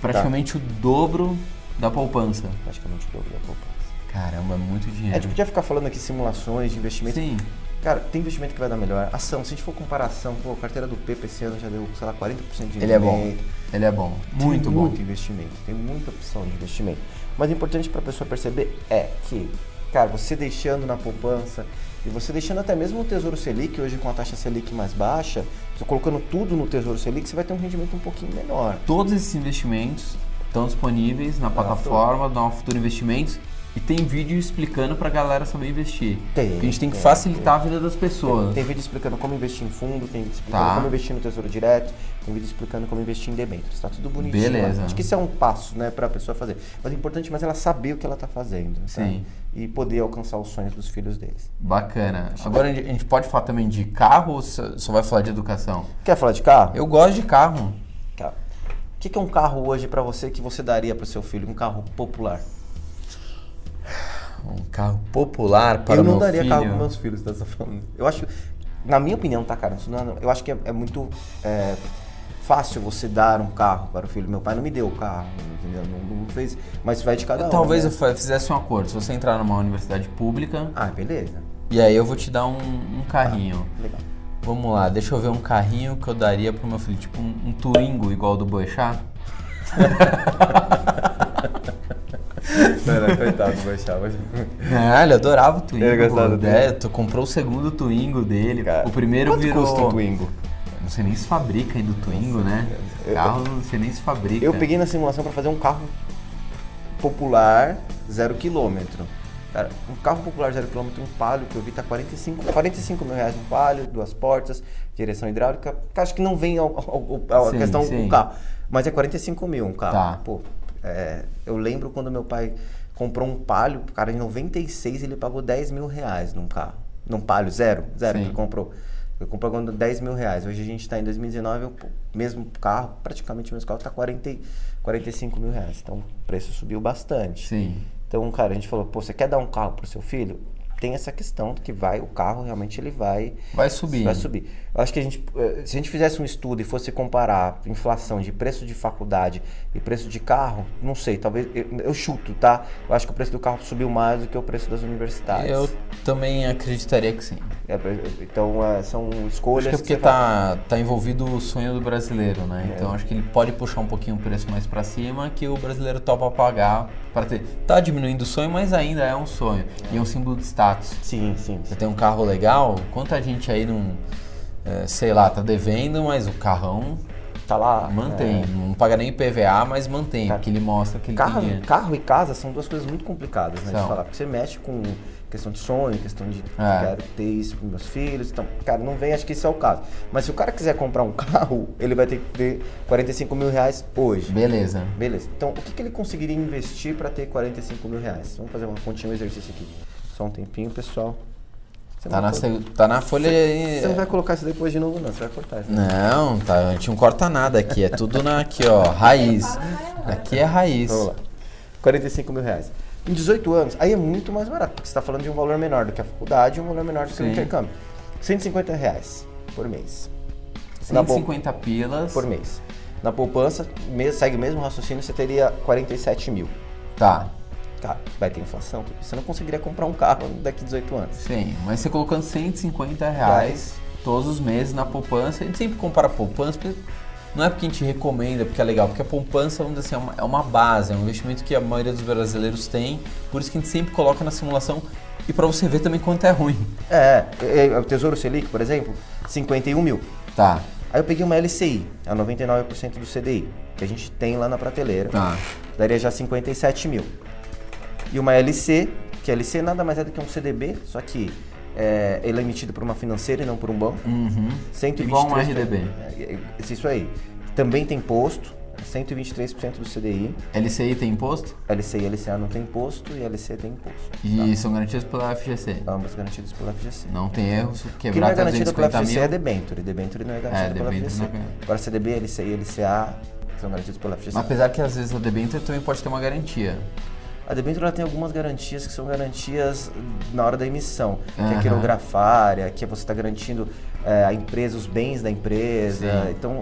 Speaker 1: Praticamente o dobro da poupança.
Speaker 3: Praticamente o dobro da poupança.
Speaker 1: Caramba, é muito
Speaker 3: A
Speaker 1: dinheiro.
Speaker 3: gente podia ficar falando aqui simulações de tipo, investimento.
Speaker 1: Sim.
Speaker 3: Cara, tem investimento que vai dar melhor. Ação, se a gente for comparar ação, pô, a carteira do Pepe esse ano já deu, sei lá, 40% de rendimento.
Speaker 1: Ele é bom. Ele é bom. Muito
Speaker 3: tem
Speaker 1: bom.
Speaker 3: Muito investimento, tem muita opção de investimento. Mas o importante para a pessoa perceber é que, cara, você deixando na poupança e você deixando até mesmo o Tesouro Selic, hoje com a taxa Selic mais baixa, você colocando tudo no Tesouro Selic, você vai ter um rendimento um pouquinho menor.
Speaker 1: Tá Todos esses investimentos estão disponíveis na plataforma da Nova Futura Investimentos. E tem vídeo explicando pra galera saber investir.
Speaker 3: Tem,
Speaker 1: Porque a gente tem que
Speaker 3: tem,
Speaker 1: facilitar a vida das pessoas.
Speaker 3: Tem vídeo explicando como investir em fundo, tem vídeo explicando
Speaker 1: Tá.
Speaker 3: como investir no Tesouro Direto, tem vídeo explicando como investir em debêntures. Tá tudo bonitinho. lá.
Speaker 1: Beleza.
Speaker 3: Acho que isso é um passo, né, pra pessoa fazer. Mas o importante é ela saber o que ela tá fazendo. tá?
Speaker 1: Sim.
Speaker 3: E poder alcançar os sonhos dos filhos deles.
Speaker 1: Bacana. Agora a gente a gente pode falar também de carro ou só só vai falar de educação?
Speaker 3: Quer falar de carro?
Speaker 1: Eu gosto de carro.
Speaker 3: Tá. O que, que é um carro hoje pra você que você daria pro seu filho? Um carro popular?
Speaker 1: Um carro popular para
Speaker 3: eu
Speaker 1: o meu
Speaker 3: não daria
Speaker 1: filho.
Speaker 3: carro pros meus filhos tá dessa forma. Eu acho, na minha opinião, tá, cara? Isso não é- eu acho que é, é muito é, fácil você dar um carro para o filho. Meu pai não me deu o carro, entendeu? Não, não fez, mas vai de cada um.
Speaker 1: Talvez eu
Speaker 3: né?
Speaker 1: fa- fizesse um acordo. Se você entrar numa universidade pública,
Speaker 3: Ah, beleza.
Speaker 1: e aí eu vou te dar um, um carrinho.
Speaker 3: Legal.
Speaker 1: Vamos lá, deixa eu ver um carrinho que eu daria pro meu filho. Tipo um, um Twingo igual ao do Boechat.
Speaker 3: Não, não, coitado, vou achar. Mas...
Speaker 1: É, ele adorava o Twingo.
Speaker 3: Ele gostava do
Speaker 1: é, tu comprou o segundo Twingo dele.
Speaker 3: Cara,
Speaker 1: o primeiro
Speaker 3: Quanto
Speaker 1: virou.
Speaker 3: custa um Twingo?
Speaker 1: Não sei nem se fabrica ainda o Twingo, né? Carro não sei nem se fabrica.
Speaker 3: Eu peguei na simulação pra fazer um carro popular zero quilômetro. Cara, um carro popular zero quilômetro, um palio que eu vi tá 45, 45 mil reais um palio, duas portas, direção hidráulica. Cara, acho que não vem ao, ao- ao- à
Speaker 1: Sim,
Speaker 3: questão
Speaker 1: sim.
Speaker 3: do carro. Mas é 45 mil um carro.
Speaker 1: Tá.
Speaker 3: Pô, é, eu lembro quando meu pai comprou um palio, cara, em 96 ele pagou 10 mil reais num carro. Num palio zero, zero
Speaker 1: Sim.
Speaker 3: que ele comprou. Ele comprou quando 10 mil reais. Hoje a gente está em 2019, o mesmo carro, praticamente o mesmo carro, está 40, e 45 mil reais. Então o preço subiu bastante.
Speaker 1: Sim.
Speaker 3: Então, cara, a gente falou, pô, você quer dar um carro pro seu filho? Tem essa questão que vai, o carro realmente ele vai.
Speaker 1: Vai subir.
Speaker 3: Vai subir. Eu acho que a gente, eh, se a gente fizesse um estudo e fosse comparar inflação de preço de faculdade e preço de carro, não sei, talvez, eu, eu chuto, tá? Eu acho que o preço do carro subiu mais do que o preço das universidades.
Speaker 1: Eu também acreditaria que sim.
Speaker 3: É, pre- então, eh, são escolhas
Speaker 1: Acho que é porque
Speaker 3: você faz.
Speaker 1: tá, tá envolvido o sonho do brasileiro, né?
Speaker 3: É.
Speaker 1: Então acho que ele pode puxar um pouquinho o preço mais pra cima que o brasileiro topa pagar para ter. Tá diminuindo o sonho, mas ainda é um sonho. E é um símbolo de status.
Speaker 3: Sim, sim.
Speaker 1: Você tem um carro legal, quanta gente aí não. é, sei lá, tá devendo, mas o carrão
Speaker 3: Tá lá.
Speaker 1: mantém. Não paga nem PVA, mas mantém. Porque ele mostra que ele
Speaker 3: Carro,
Speaker 1: tem.
Speaker 3: carro e casa são duas coisas muito complicadas, né?
Speaker 1: São.
Speaker 3: De falar. Porque você mexe com questão de sonho, questão de
Speaker 1: É.
Speaker 3: quero ter isso pros meus filhos. Então, cara, não vem, acho que isso é o caso. Mas se o cara quiser comprar um carro, ele vai ter que ter 45 mil reais hoje.
Speaker 1: Beleza.
Speaker 3: Beleza. Então, o que, que ele conseguiria investir para ter 45 mil reais? Vamos fazer uma continha, um exercício aqui. Só um tempinho, pessoal. Você
Speaker 1: Tá
Speaker 3: não
Speaker 1: na,
Speaker 3: col-
Speaker 1: seg- tá na folha aí.
Speaker 3: Você não vai colocar isso depois de novo, não. Você vai cortar isso.
Speaker 1: Não, tá, a gente não corta nada aqui, é tudo na aqui, ó, raiz. Aqui é raiz.
Speaker 3: Então, Vamos lá. 45 mil reais. Em 18 anos, aí é muito mais barato, porque você está falando de um valor menor do que a faculdade e um valor menor do que
Speaker 1: Sim.
Speaker 3: o intercâmbio. 150 reais por mês. Na bom-
Speaker 1: 150 pilas.
Speaker 3: Por mês. Na poupança, me- segue o mesmo raciocínio, você teria 47 mil.
Speaker 1: Tá.
Speaker 3: Cara, vai ter inflação, tudo isso. você não conseguiria comprar um carro daqui a 18 anos.
Speaker 1: Sim, mas você colocando 150 reais todos os meses na poupança, a gente sempre compara a poupança, porque não é porque a gente recomenda, porque é legal, porque a poupança, vamos dizer assim, é uma, é uma base, é um investimento que a maioria dos brasileiros tem, por isso que a gente sempre coloca na simulação e pra você ver também quanto é ruim.
Speaker 3: É, é, é, o Tesouro Selic, por exemplo, 51 mil.
Speaker 1: Tá,
Speaker 3: Aí eu peguei uma LCI, a 99% do CDI, que a gente tem lá na prateleira.
Speaker 1: tá.
Speaker 3: daria já 57 mil. E uma LC, que LC nada mais é do que um CDB, só que é, ele é emitido por uma financeira e não por um banco.
Speaker 1: Uhum.
Speaker 3: 123
Speaker 1: Igual um RDB.
Speaker 3: É, é, é isso aí. Também tem imposto, 123% do CDI.
Speaker 1: LCI tem imposto?
Speaker 3: LC e LCA não tem imposto e LC tem imposto. tá? Então,
Speaker 1: E são garantidos pela FGC.
Speaker 3: Ambas garantidas pela FGC.
Speaker 1: Não tem erro, se
Speaker 3: O que não
Speaker 1: quebrar
Speaker 3: é garantido pela
Speaker 1: 350
Speaker 3: FGC
Speaker 1: mil.
Speaker 3: é debênture. Debênture não é
Speaker 1: É,
Speaker 3: garantido pela
Speaker 1: debênture
Speaker 3: FGC.
Speaker 1: não é garantido.
Speaker 3: Agora CDB, LC e LCA são garantidos pela FGC.
Speaker 1: Apesar que às vezes a debênture também pode ter uma garantia.
Speaker 3: A debênture ela tem algumas garantias que são garantias na hora da emissão, que
Speaker 1: Aham.
Speaker 3: é quirografária, que você está garantindo é, a empresa, os bens da empresa.
Speaker 1: Sim.
Speaker 3: Então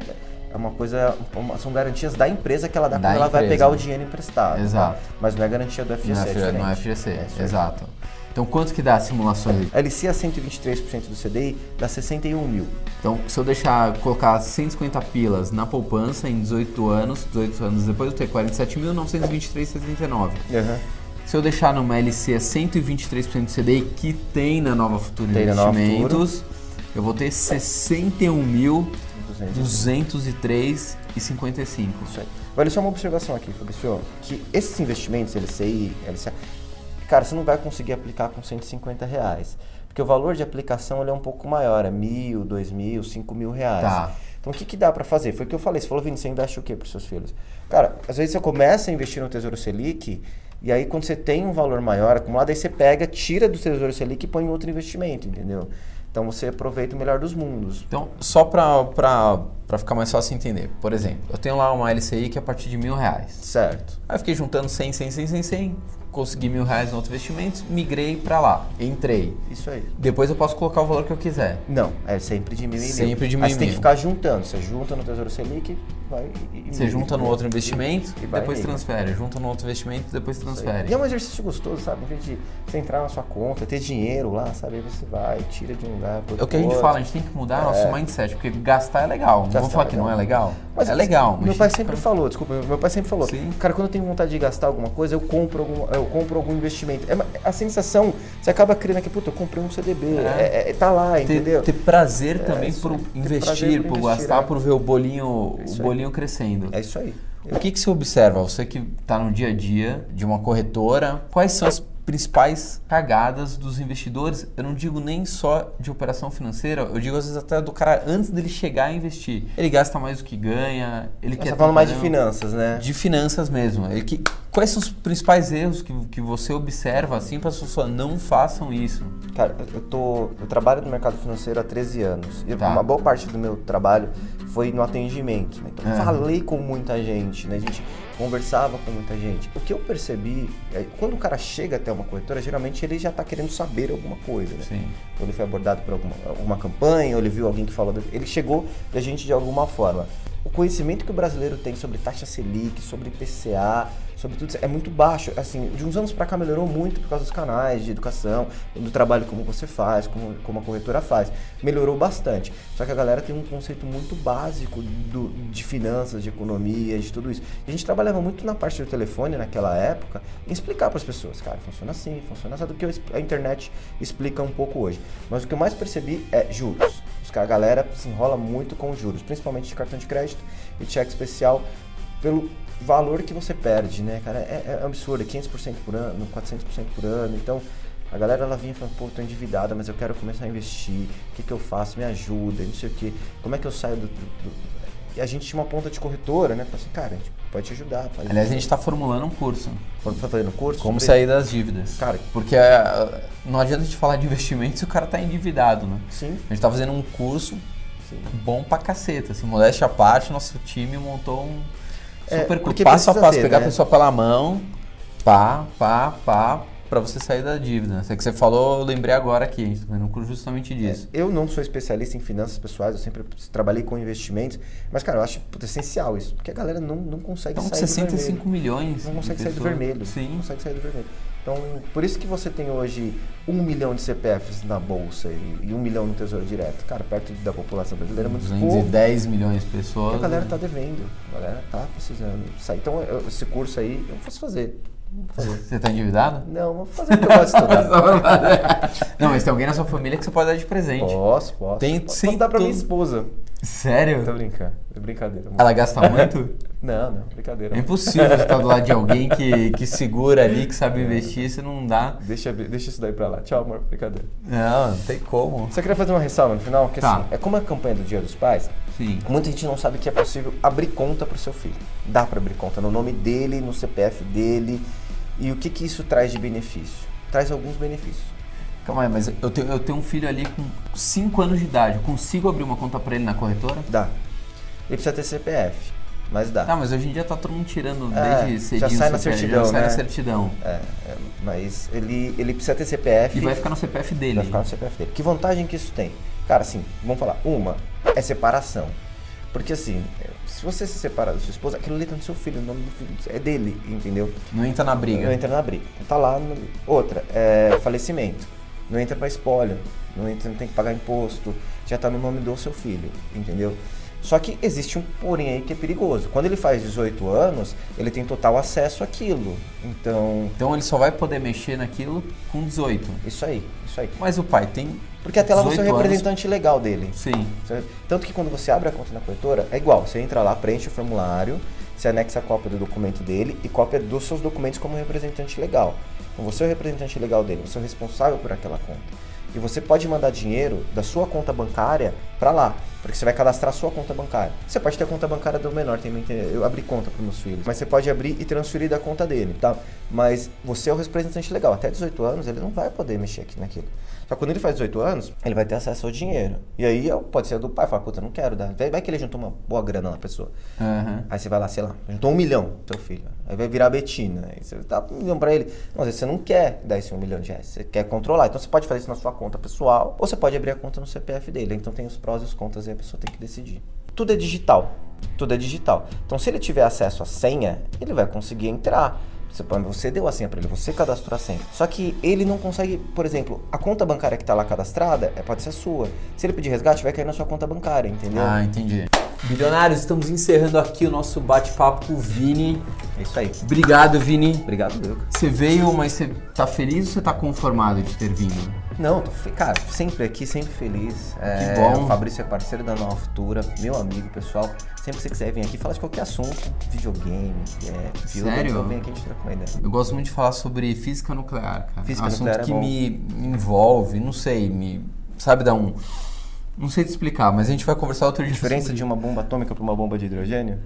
Speaker 3: é uma coisa, uma- são garantias da empresa que ela dá
Speaker 1: Da
Speaker 3: quando ela vai
Speaker 1: empresa.
Speaker 3: pegar o dinheiro emprestado.
Speaker 1: Exato.
Speaker 3: Mas não é garantia do FGC.
Speaker 1: Não
Speaker 3: é
Speaker 1: é, não é
Speaker 3: diferente.
Speaker 1: FGC,
Speaker 3: É isso aí.
Speaker 1: exato. Então quanto que dá a simulação aí?
Speaker 3: A LC a 123% do CDI dá 61 mil.
Speaker 1: Então, se eu deixar colocar 150 pilas na poupança em 18 anos, 18 anos depois eu tenho 47.923,79. Se eu deixar numa LC 123% do CDI que tem na Nova Futura
Speaker 3: Tem na Nova
Speaker 1: Investimentos, eu vou ter 61.203,55.
Speaker 3: Isso aí. Vale só uma observação aqui, Fabrício, que esses investimentos, LCI, LCA, Cara, você não vai conseguir aplicar com 150 reais. Porque o valor de aplicação ele é um pouco maior, é mil, dois mil, cinco mil reais.
Speaker 2: Tá.
Speaker 3: Então o que, que dá para fazer? Foi o que eu falei. Você falou, Vini, você investe o quê para seus filhos? Cara, às vezes você começa a investir no Tesouro Selic e aí quando você tem um valor maior acumulado, aí você pega, tira do Tesouro Selic e põe em outro investimento, entendeu? Então você aproveita o melhor dos mundos.
Speaker 1: Então, só para ficar mais fácil entender. Por exemplo, eu tenho lá uma LCI que é a partir de mil reais.
Speaker 3: Certo.
Speaker 1: Aí eu fiquei juntando 100, 100, 100, 100, 100. Consegui mil reais em outros investimentos, migrei para lá, entrei.
Speaker 3: Isso aí.
Speaker 1: Depois eu posso colocar o valor que eu quiser.
Speaker 3: Não, é sempre de mil e mil.
Speaker 1: Sempre de mil
Speaker 3: Aí
Speaker 1: e
Speaker 3: você tem que
Speaker 1: mil.
Speaker 3: ficar juntando. Você junta no Tesouro Selic, vai e. e-
Speaker 1: Você junta no outro investimento,
Speaker 3: e vai
Speaker 1: depois
Speaker 3: nele.
Speaker 1: transfere. Junta no outro investimento, depois transfere.
Speaker 3: E é um exercício gostoso, sabe? Em vez de você entrar na sua conta, ter dinheiro lá, sabe? Aí você vai, tira de um lugar. pro
Speaker 1: É o que a gente
Speaker 3: outro.
Speaker 1: fala, a gente tem que mudar nosso mindset, porque gastar é legal. Não vou
Speaker 3: É. Gastar
Speaker 1: falar
Speaker 3: é
Speaker 1: que não é
Speaker 3: legal.
Speaker 1: legal. é legal,
Speaker 3: Meu
Speaker 1: mas-
Speaker 3: pai sempre falou, desculpa, meu pai sempre falou.
Speaker 1: Sim.
Speaker 3: Cara, quando eu tenho vontade de gastar alguma coisa, eu compro algum, eu compro algum investimento. É uma- a sensação, você acaba criando aqui, puta, eu comprei um CDB. É, é- tá lá,
Speaker 1: ter,
Speaker 3: entendeu? É,
Speaker 1: ter prazer também
Speaker 3: isso
Speaker 1: por
Speaker 3: aí. Ter prazer
Speaker 1: investir,
Speaker 3: por
Speaker 1: por
Speaker 3: investir,
Speaker 1: gastar,
Speaker 3: é.
Speaker 1: por ver o bolinho, o
Speaker 3: isso aí.
Speaker 1: bolinho crescendo.
Speaker 3: É isso aí.
Speaker 1: O que, que você observa? Você que está no dia a dia de uma corretora, quais são as principais cagadas dos investidores? Eu não digo nem só de operação financeira, eu digo às vezes até do cara antes dele chegar a investir. Ele gasta mais do que ganha, ele
Speaker 3: Você
Speaker 1: quer.
Speaker 3: tá falando mais de
Speaker 1: trabalhar-
Speaker 3: finanças, né?
Speaker 1: de finanças mesmo. E que- quais são os principais erros que, que você observa assim para as pessoas não façam isso?
Speaker 3: Cara, eu- eu tô. Eu trabalho no mercado financeiro há 13 anos. E
Speaker 1: Tá.
Speaker 3: uma boa parte do meu trabalho foi no atendimento. Né? Então
Speaker 1: É.
Speaker 3: falei com muita gente, né? A gente conversava com muita gente. O que eu percebi é que quando o cara chega até uma corretora, geralmente ele já tá querendo saber alguma coisa, né?
Speaker 1: Sim.
Speaker 3: Ou ele foi abordado por alguma, alguma campanha, ou ele viu alguém que falou. do- Ele chegou da gente de alguma forma. O conhecimento que o brasileiro tem sobre taxa Selic, sobre PCA, sobre tudo isso, é muito baixo. Assim, de uns anos pra cá melhorou muito por causa dos canais de educação, do trabalho como você faz, como, como a corretora faz. Melhorou bastante. Só que a galera tem um conceito muito básico do- de finanças, de economia, de tudo isso. E a gente trabalhava muito na parte do telefone naquela época em explicar para as pessoas, cara, funciona assim, funciona assim, do que eu exp- a internet explica um pouco hoje. Mas o que eu mais percebi é juros. Os cara, a galera se enrola muito com juros, principalmente de cartão de crédito e cheque especial, pelo valor que você perde, né, cara? É, é absurdo, é 500% por ano, 400% por ano. Então, a galera ela vinha e falava, pô, tô endividada, mas eu quero começar a investir, o que, que eu faço, me ajuda, não sei o que, como é que eu saio do. do- E a gente tinha uma ponta de corretora, né? Falei assim, cara, a gente pode te ajudar. Faz
Speaker 1: Aliás, a
Speaker 3: isso."
Speaker 1: gente está formulando um curso.
Speaker 3: Quando tá fazendo curso?
Speaker 1: Como
Speaker 3: sobre-
Speaker 1: sair das dívidas.
Speaker 3: Cara-
Speaker 1: Porque é, não adianta a gente falar de investimento se o cara tá endividado, né?
Speaker 3: Sim.
Speaker 1: A gente tá fazendo um curso
Speaker 3: Sim.
Speaker 1: bom pra caceta. Assim, modéstia à parte, nosso time montou um
Speaker 3: É,
Speaker 1: super curso.
Speaker 3: porque
Speaker 1: Passo a
Speaker 3: precisa
Speaker 1: passo,
Speaker 3: ter,
Speaker 1: pegar
Speaker 3: né?
Speaker 1: a pessoa pela mão, pá, pá, pá, pra você sair da dívida. Isso que você falou, eu lembrei agora aqui. A gente tá fazendo um curso justamente
Speaker 3: É,
Speaker 1: disso.
Speaker 3: Eu não sou especialista em finanças pessoais, eu sempre trabalhei com investimentos, mas, cara, eu acho puta, essencial isso, porque a galera não, não consegue
Speaker 1: Então, com
Speaker 3: sair do
Speaker 1: 65
Speaker 3: vermelho.
Speaker 1: milhões.
Speaker 3: Não
Speaker 1: de
Speaker 3: consegue sair do
Speaker 1: pessoas-
Speaker 3: vermelho. Não
Speaker 1: Sim.
Speaker 3: consegue sair do vermelho. Então, por isso que você tem hoje um milhão de CPFs na Bolsa e, e um milhão no Tesouro Direto. Cara, perto da população brasileira, é muito pouco.
Speaker 1: 210 milhões de
Speaker 3: Porque
Speaker 1: pessoas.
Speaker 3: a galera
Speaker 1: né?
Speaker 3: tá devendo, a galera tá precisando sair. Então, eu- esse curso aí, eu posso fazer. Vou fazer.
Speaker 1: Você tá endividado?
Speaker 3: Não, vou fazer o que eu gosto de estudar.
Speaker 1: Não, mas tem alguém na sua família que você pode dar de presente.
Speaker 3: Posso, posso.
Speaker 1: Tem-
Speaker 3: posso
Speaker 1: sim,
Speaker 3: dar pra
Speaker 1: tu-
Speaker 3: minha esposa. Tô
Speaker 1: Sério?
Speaker 3: brincando, é brincadeira. amor.
Speaker 1: Ela gasta muito?
Speaker 3: Não, não,
Speaker 1: Ah. É
Speaker 3: brincadeira. amor.
Speaker 1: impossível você estar do lado de alguém que, que segura ali, que
Speaker 3: É.
Speaker 1: sabe investir, você não dá.
Speaker 3: Deixa, deixa isso daí pra lá. Tchau, amor, brincadeira.
Speaker 1: Não, não tem como.
Speaker 3: Só queria fazer uma ressalva no final, que
Speaker 1: Tá.
Speaker 3: assim, é como a campanha do Dia dos Pais,
Speaker 1: Sim.
Speaker 3: muita gente não sabe que é possível abrir conta pro seu filho. Dá pra abrir conta no nome dele, no CPF dele. E o que que isso traz de benefício? Traz alguns benefícios.
Speaker 1: Calma aí, mas eu tenho, eu tenho um filho ali com 5 anos de idade. Eu consigo abrir uma conta pra ele na corretora?
Speaker 3: Dá. Ele precisa ter CPF, mas dá.
Speaker 1: Ah, mas hoje em dia tá todo mundo tirando
Speaker 3: É,
Speaker 1: desde
Speaker 3: já
Speaker 1: cedinho.
Speaker 3: sai na
Speaker 1: o CPF,
Speaker 3: certidão,
Speaker 1: Já sai na
Speaker 3: né?
Speaker 1: certidão.
Speaker 3: É, é, mas ele, ele precisa ter CPF.
Speaker 1: E vai ficar no CPF dele.
Speaker 3: Vai ficar no CPF dele. Que vantagem que isso tem? Cara, assim, vamos falar. Uma é separação. Porque assim, se você se separar da sua esposa, aquilo ali tá no seu filho, o nome do filho é dele, entendeu?
Speaker 1: Não entra na
Speaker 3: Não
Speaker 1: briga.
Speaker 3: entra na briga. Então Tá lá. no- Outra, é falecimento. Não entra pra espólio. Não, entra, não tem que pagar imposto. Já tá no nome do seu filho, entendeu? Só que existe um porém aí que é perigoso. Quando ele faz 18 anos, ele tem total acesso àquilo. Então,
Speaker 1: Então ele só vai poder mexer naquilo com 18.
Speaker 3: isso aí, isso aí.
Speaker 1: Mas o pai tem.
Speaker 3: Porque até lá você é o
Speaker 1: 18 anos.
Speaker 3: representante legal dele.
Speaker 1: Sim.
Speaker 3: Você- Tanto que quando você abre a conta na corretora, é igual. Você entra lá, preenche o formulário, você anexa a cópia do documento dele e cópia dos seus documentos como representante legal. Então você é o representante legal dele, você é o responsável por aquela conta. E você pode mandar dinheiro da sua conta bancária para lá, porque você vai cadastrar sua conta bancária. Você pode ter a conta bancária do menor, tem eu abri conta para meus filhos, mas você pode abrir e transferir da conta dele, tá? Mas você é o representante legal, até 18 anos ele não vai poder mexer aqui naquilo. Só que quando ele faz 18 anos, ele vai ter acesso ao dinheiro. E aí pode ser do pai, fala, puta, não quero dar. Vai que ele juntou uma boa grana na pessoa.
Speaker 1: Uhum.
Speaker 3: Aí você vai lá, sei lá, juntou um milhão seu filho. Aí vai virar Betina. Aí você dá um milhão pra ele. Não, às vezes você não quer dar esse um milhão de reais. Você quer controlar. Então você pode fazer isso na sua conta pessoal ou você pode abrir a conta no CPF dele. Então tem os prós e os contras e a pessoa tem que decidir. Tudo é digital. Tudo é digital. Então se ele tiver acesso à senha, ele vai conseguir entrar. Você, você deu a senha para ele, você cadastrou a senha. Só que ele não consegue, por exemplo, a conta bancária que tá lá cadastrada é, pode ser sua. Se ele pedir resgate, vai cair na sua conta bancária, entendeu?
Speaker 1: Ah, entendi. Bilionários, estamos encerrando aqui o nosso bate-papo com o Vini.
Speaker 3: É isso aí.
Speaker 1: Obrigado, Vini.
Speaker 3: Obrigado, Deus.
Speaker 1: Você veio, mas você tá feliz ou você tá conformado de ter vindo?
Speaker 3: Não, tô, fe- cara, sempre aqui, sempre feliz. É,
Speaker 1: bom.
Speaker 3: O Fabrício é parceiro da Nova Futura, meu amigo, pessoal. Sempre que você quiser vir aqui, fala de qualquer assunto, videogame, é, filme,
Speaker 1: Sério?
Speaker 3: então vem aqui a gente troca uma ideia.
Speaker 1: Eu gosto muito de falar sobre física nuclear, cara.
Speaker 3: Física
Speaker 1: um assunto
Speaker 3: nuclear é
Speaker 1: que
Speaker 3: bom.
Speaker 1: me envolve, não sei, me sabe dar um não sei te explicar, mas a gente vai conversar outro dia.
Speaker 3: A diferença
Speaker 1: sobre-
Speaker 3: de uma bomba atômica para uma bomba de hidrogênio?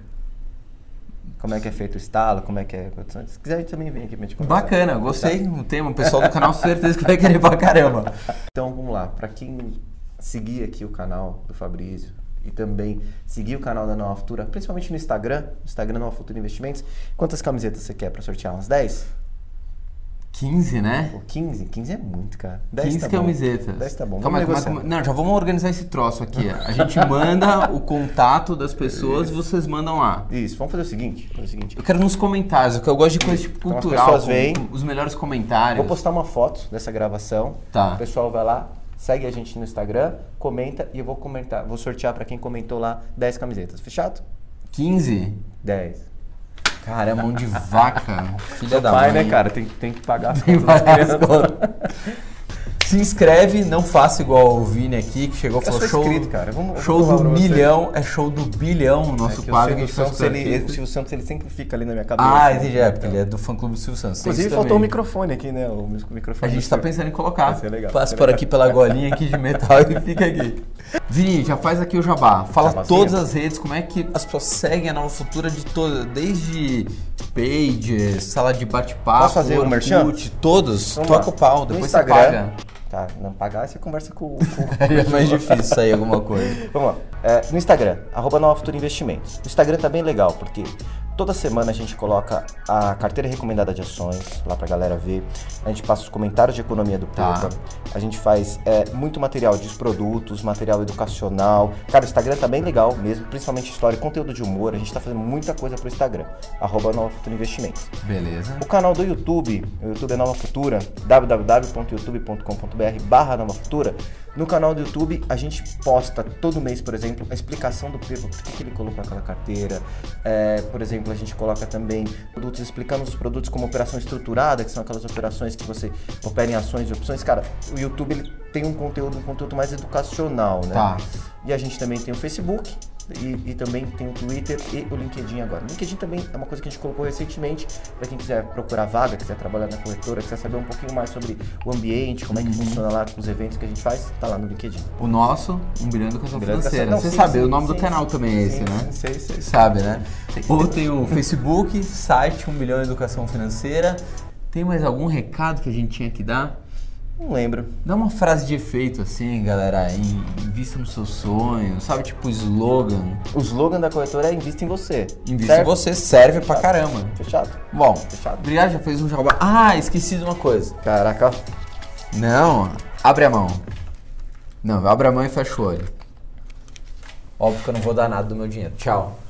Speaker 3: Como é que é feito o estalo, como é que é... Se quiser, a gente também vem aqui pra gente
Speaker 1: um-
Speaker 3: conversar.
Speaker 1: Bacana, gostei do tema. O pessoal do canal certeza que vai querer pra caramba.
Speaker 3: Então vamos lá, para quem seguir aqui o canal do Fabrício e também seguir o canal da Nova Futura, principalmente no Instagram, no Instagram Nova Futura Investimentos, quantas camisetas você quer para sortear? Umas 10?
Speaker 1: 15, né?
Speaker 3: Ou 15? 15 é muito, cara. 10
Speaker 1: 15
Speaker 3: tá bom.
Speaker 1: camisetas.
Speaker 3: 10 tá bom.
Speaker 1: é um Calma, aí, calma, aí,
Speaker 3: Vamos negociar.
Speaker 1: calma aí. Não, já vamos organizar esse troço aqui. A gente manda o contato das pessoas e vocês mandam lá.
Speaker 3: Isso, vamos fazer o seguinte, vamos fazer o seguinte.
Speaker 1: Eu quero nos comentários, porque eu gosto de coisa tipo
Speaker 3: Então as
Speaker 1: cultural.
Speaker 3: pessoas
Speaker 1: com-
Speaker 3: veem.
Speaker 1: com Os melhores comentários.
Speaker 3: Vou postar uma foto dessa gravação.
Speaker 1: Tá.
Speaker 3: O pessoal vai lá, segue a gente no Instagram, comenta e eu vou comentar, vou sortear para quem comentou lá 10 camisetas. Fechado?
Speaker 1: 15?
Speaker 3: 10.
Speaker 1: Cara, é mão de vaca. Filha da
Speaker 3: Vai,
Speaker 1: mãe.
Speaker 3: né, cara? Tem, tem que pagar as
Speaker 1: Tem
Speaker 3: contas das
Speaker 1: várias
Speaker 3: crianças.
Speaker 1: contas. Se inscreve, não faça igual o Vini aqui, que chegou e falou
Speaker 3: sou
Speaker 1: show,
Speaker 3: inscrito, cara. Vamos- eu
Speaker 1: show
Speaker 3: vou falar
Speaker 1: do
Speaker 3: pra você.
Speaker 1: milhão, é show do bilhão o nosso
Speaker 3: É que o
Speaker 1: quadro que a
Speaker 3: Silvio
Speaker 1: gente faz
Speaker 3: Santos,
Speaker 1: com
Speaker 3: ele, ele- o
Speaker 1: ele.
Speaker 3: Silvio Santos, ele sempre fica ali na minha cabeça.
Speaker 1: Ah, entendi, é, porque
Speaker 3: Então.
Speaker 1: ele é do fã-clube do Silvio Santos. tem
Speaker 3: Inclusive,
Speaker 1: isso
Speaker 3: faltou o
Speaker 1: também.
Speaker 3: microfone aqui, né? O mis- microfone
Speaker 1: A gente
Speaker 3: do
Speaker 1: tá
Speaker 3: Silvio.
Speaker 1: pensando em colocar.
Speaker 3: Vai ser legal, vai
Speaker 1: Passa
Speaker 3: ser
Speaker 1: por
Speaker 3: legal.
Speaker 1: aqui pela golinha aqui de metal e fica aqui. Vini, já faz aqui o jabá. Fala
Speaker 3: Jabazinho?
Speaker 1: todas as redes, como é que as pessoas seguem a Nova Futura de todas, desde pages, sala de bate-papo,
Speaker 3: Posso fazer um merchan?
Speaker 1: todos.
Speaker 3: Vamos
Speaker 1: Toca
Speaker 3: lá.
Speaker 1: o pau,
Speaker 3: No
Speaker 1: depois
Speaker 3: Instagram.
Speaker 1: você paga.
Speaker 3: Tá, não pagar, você conversa com,
Speaker 1: É
Speaker 3: com,
Speaker 1: mais difícil sair alguma coisa.
Speaker 3: Vamos lá. É, no Instagram, arroba Nova Futura Investimentos. O Instagram tá bem legal, porque toda semana a gente coloca a carteira recomendada de ações lá pra galera ver. A gente passa os comentários de economia do
Speaker 1: Tá.
Speaker 3: Puta. A gente faz é, muito material de produtos, material educacional. Cara, o Instagram tá bem legal mesmo, principalmente história e conteúdo de humor. A gente tá fazendo muita coisa pro Instagram. Arroba Nova Futura Investimentos.
Speaker 1: Beleza.
Speaker 3: O canal do YouTube, o YouTube é Nova Futura, www.youtube.com.br barra Nova Futura. No canal do YouTube, a gente posta todo mês, por exemplo, a explicação do Pepo, por que que ele colocou aquela carteira. É, por exemplo, a gente coloca também produtos, explicando os produtos como operação estruturada, que são aquelas operações que você opera em ações e opções. Cara, o YouTube ele tem um conteúdo, um conteúdo mais educacional, né?
Speaker 1: Tá.
Speaker 3: E a gente também tem o Facebook e, e também tem o Twitter e o LinkedIn agora. O LinkedIn também é uma coisa que a gente colocou recentemente para quem quiser procurar vaga, quiser trabalhar na corretora, quiser saber um pouquinho mais sobre o ambiente, como é que funciona lá com os eventos que a eventos tá lá no LinkedIn.
Speaker 1: O nosso, um bilhão de educação
Speaker 3: Bilhão de Educação-
Speaker 1: financeira.
Speaker 3: Não,
Speaker 1: Você
Speaker 3: sim,
Speaker 1: sabe,
Speaker 3: sim,
Speaker 1: o nome do
Speaker 3: sim,
Speaker 1: canal também é esse,
Speaker 3: Sim,
Speaker 1: né?
Speaker 3: sim, Sei, sei.
Speaker 1: sabe, né? Ou tem o Facebook, site 1 milhão educação financeira. Tem mais algum recado que a gente tinha que dar?
Speaker 3: Não lembro.
Speaker 1: Dá uma frase de efeito assim, galera. In- Invista no seu sonho, sabe? Tipo slogan.
Speaker 3: O slogan da corretora é invista em você.
Speaker 1: Invista em
Speaker 3: certo?
Speaker 1: você, serve pra caramba.
Speaker 3: Fechado?
Speaker 1: Bom,
Speaker 3: Fechado.
Speaker 1: obrigado, já fez um jabá. Ah, esqueci de uma coisa.
Speaker 3: Caraca, ó.
Speaker 1: Não, abre a mão. Não, abre a mão e fecha o olho. Óbvio que eu não vou dar nada do meu dinheiro. Tchau.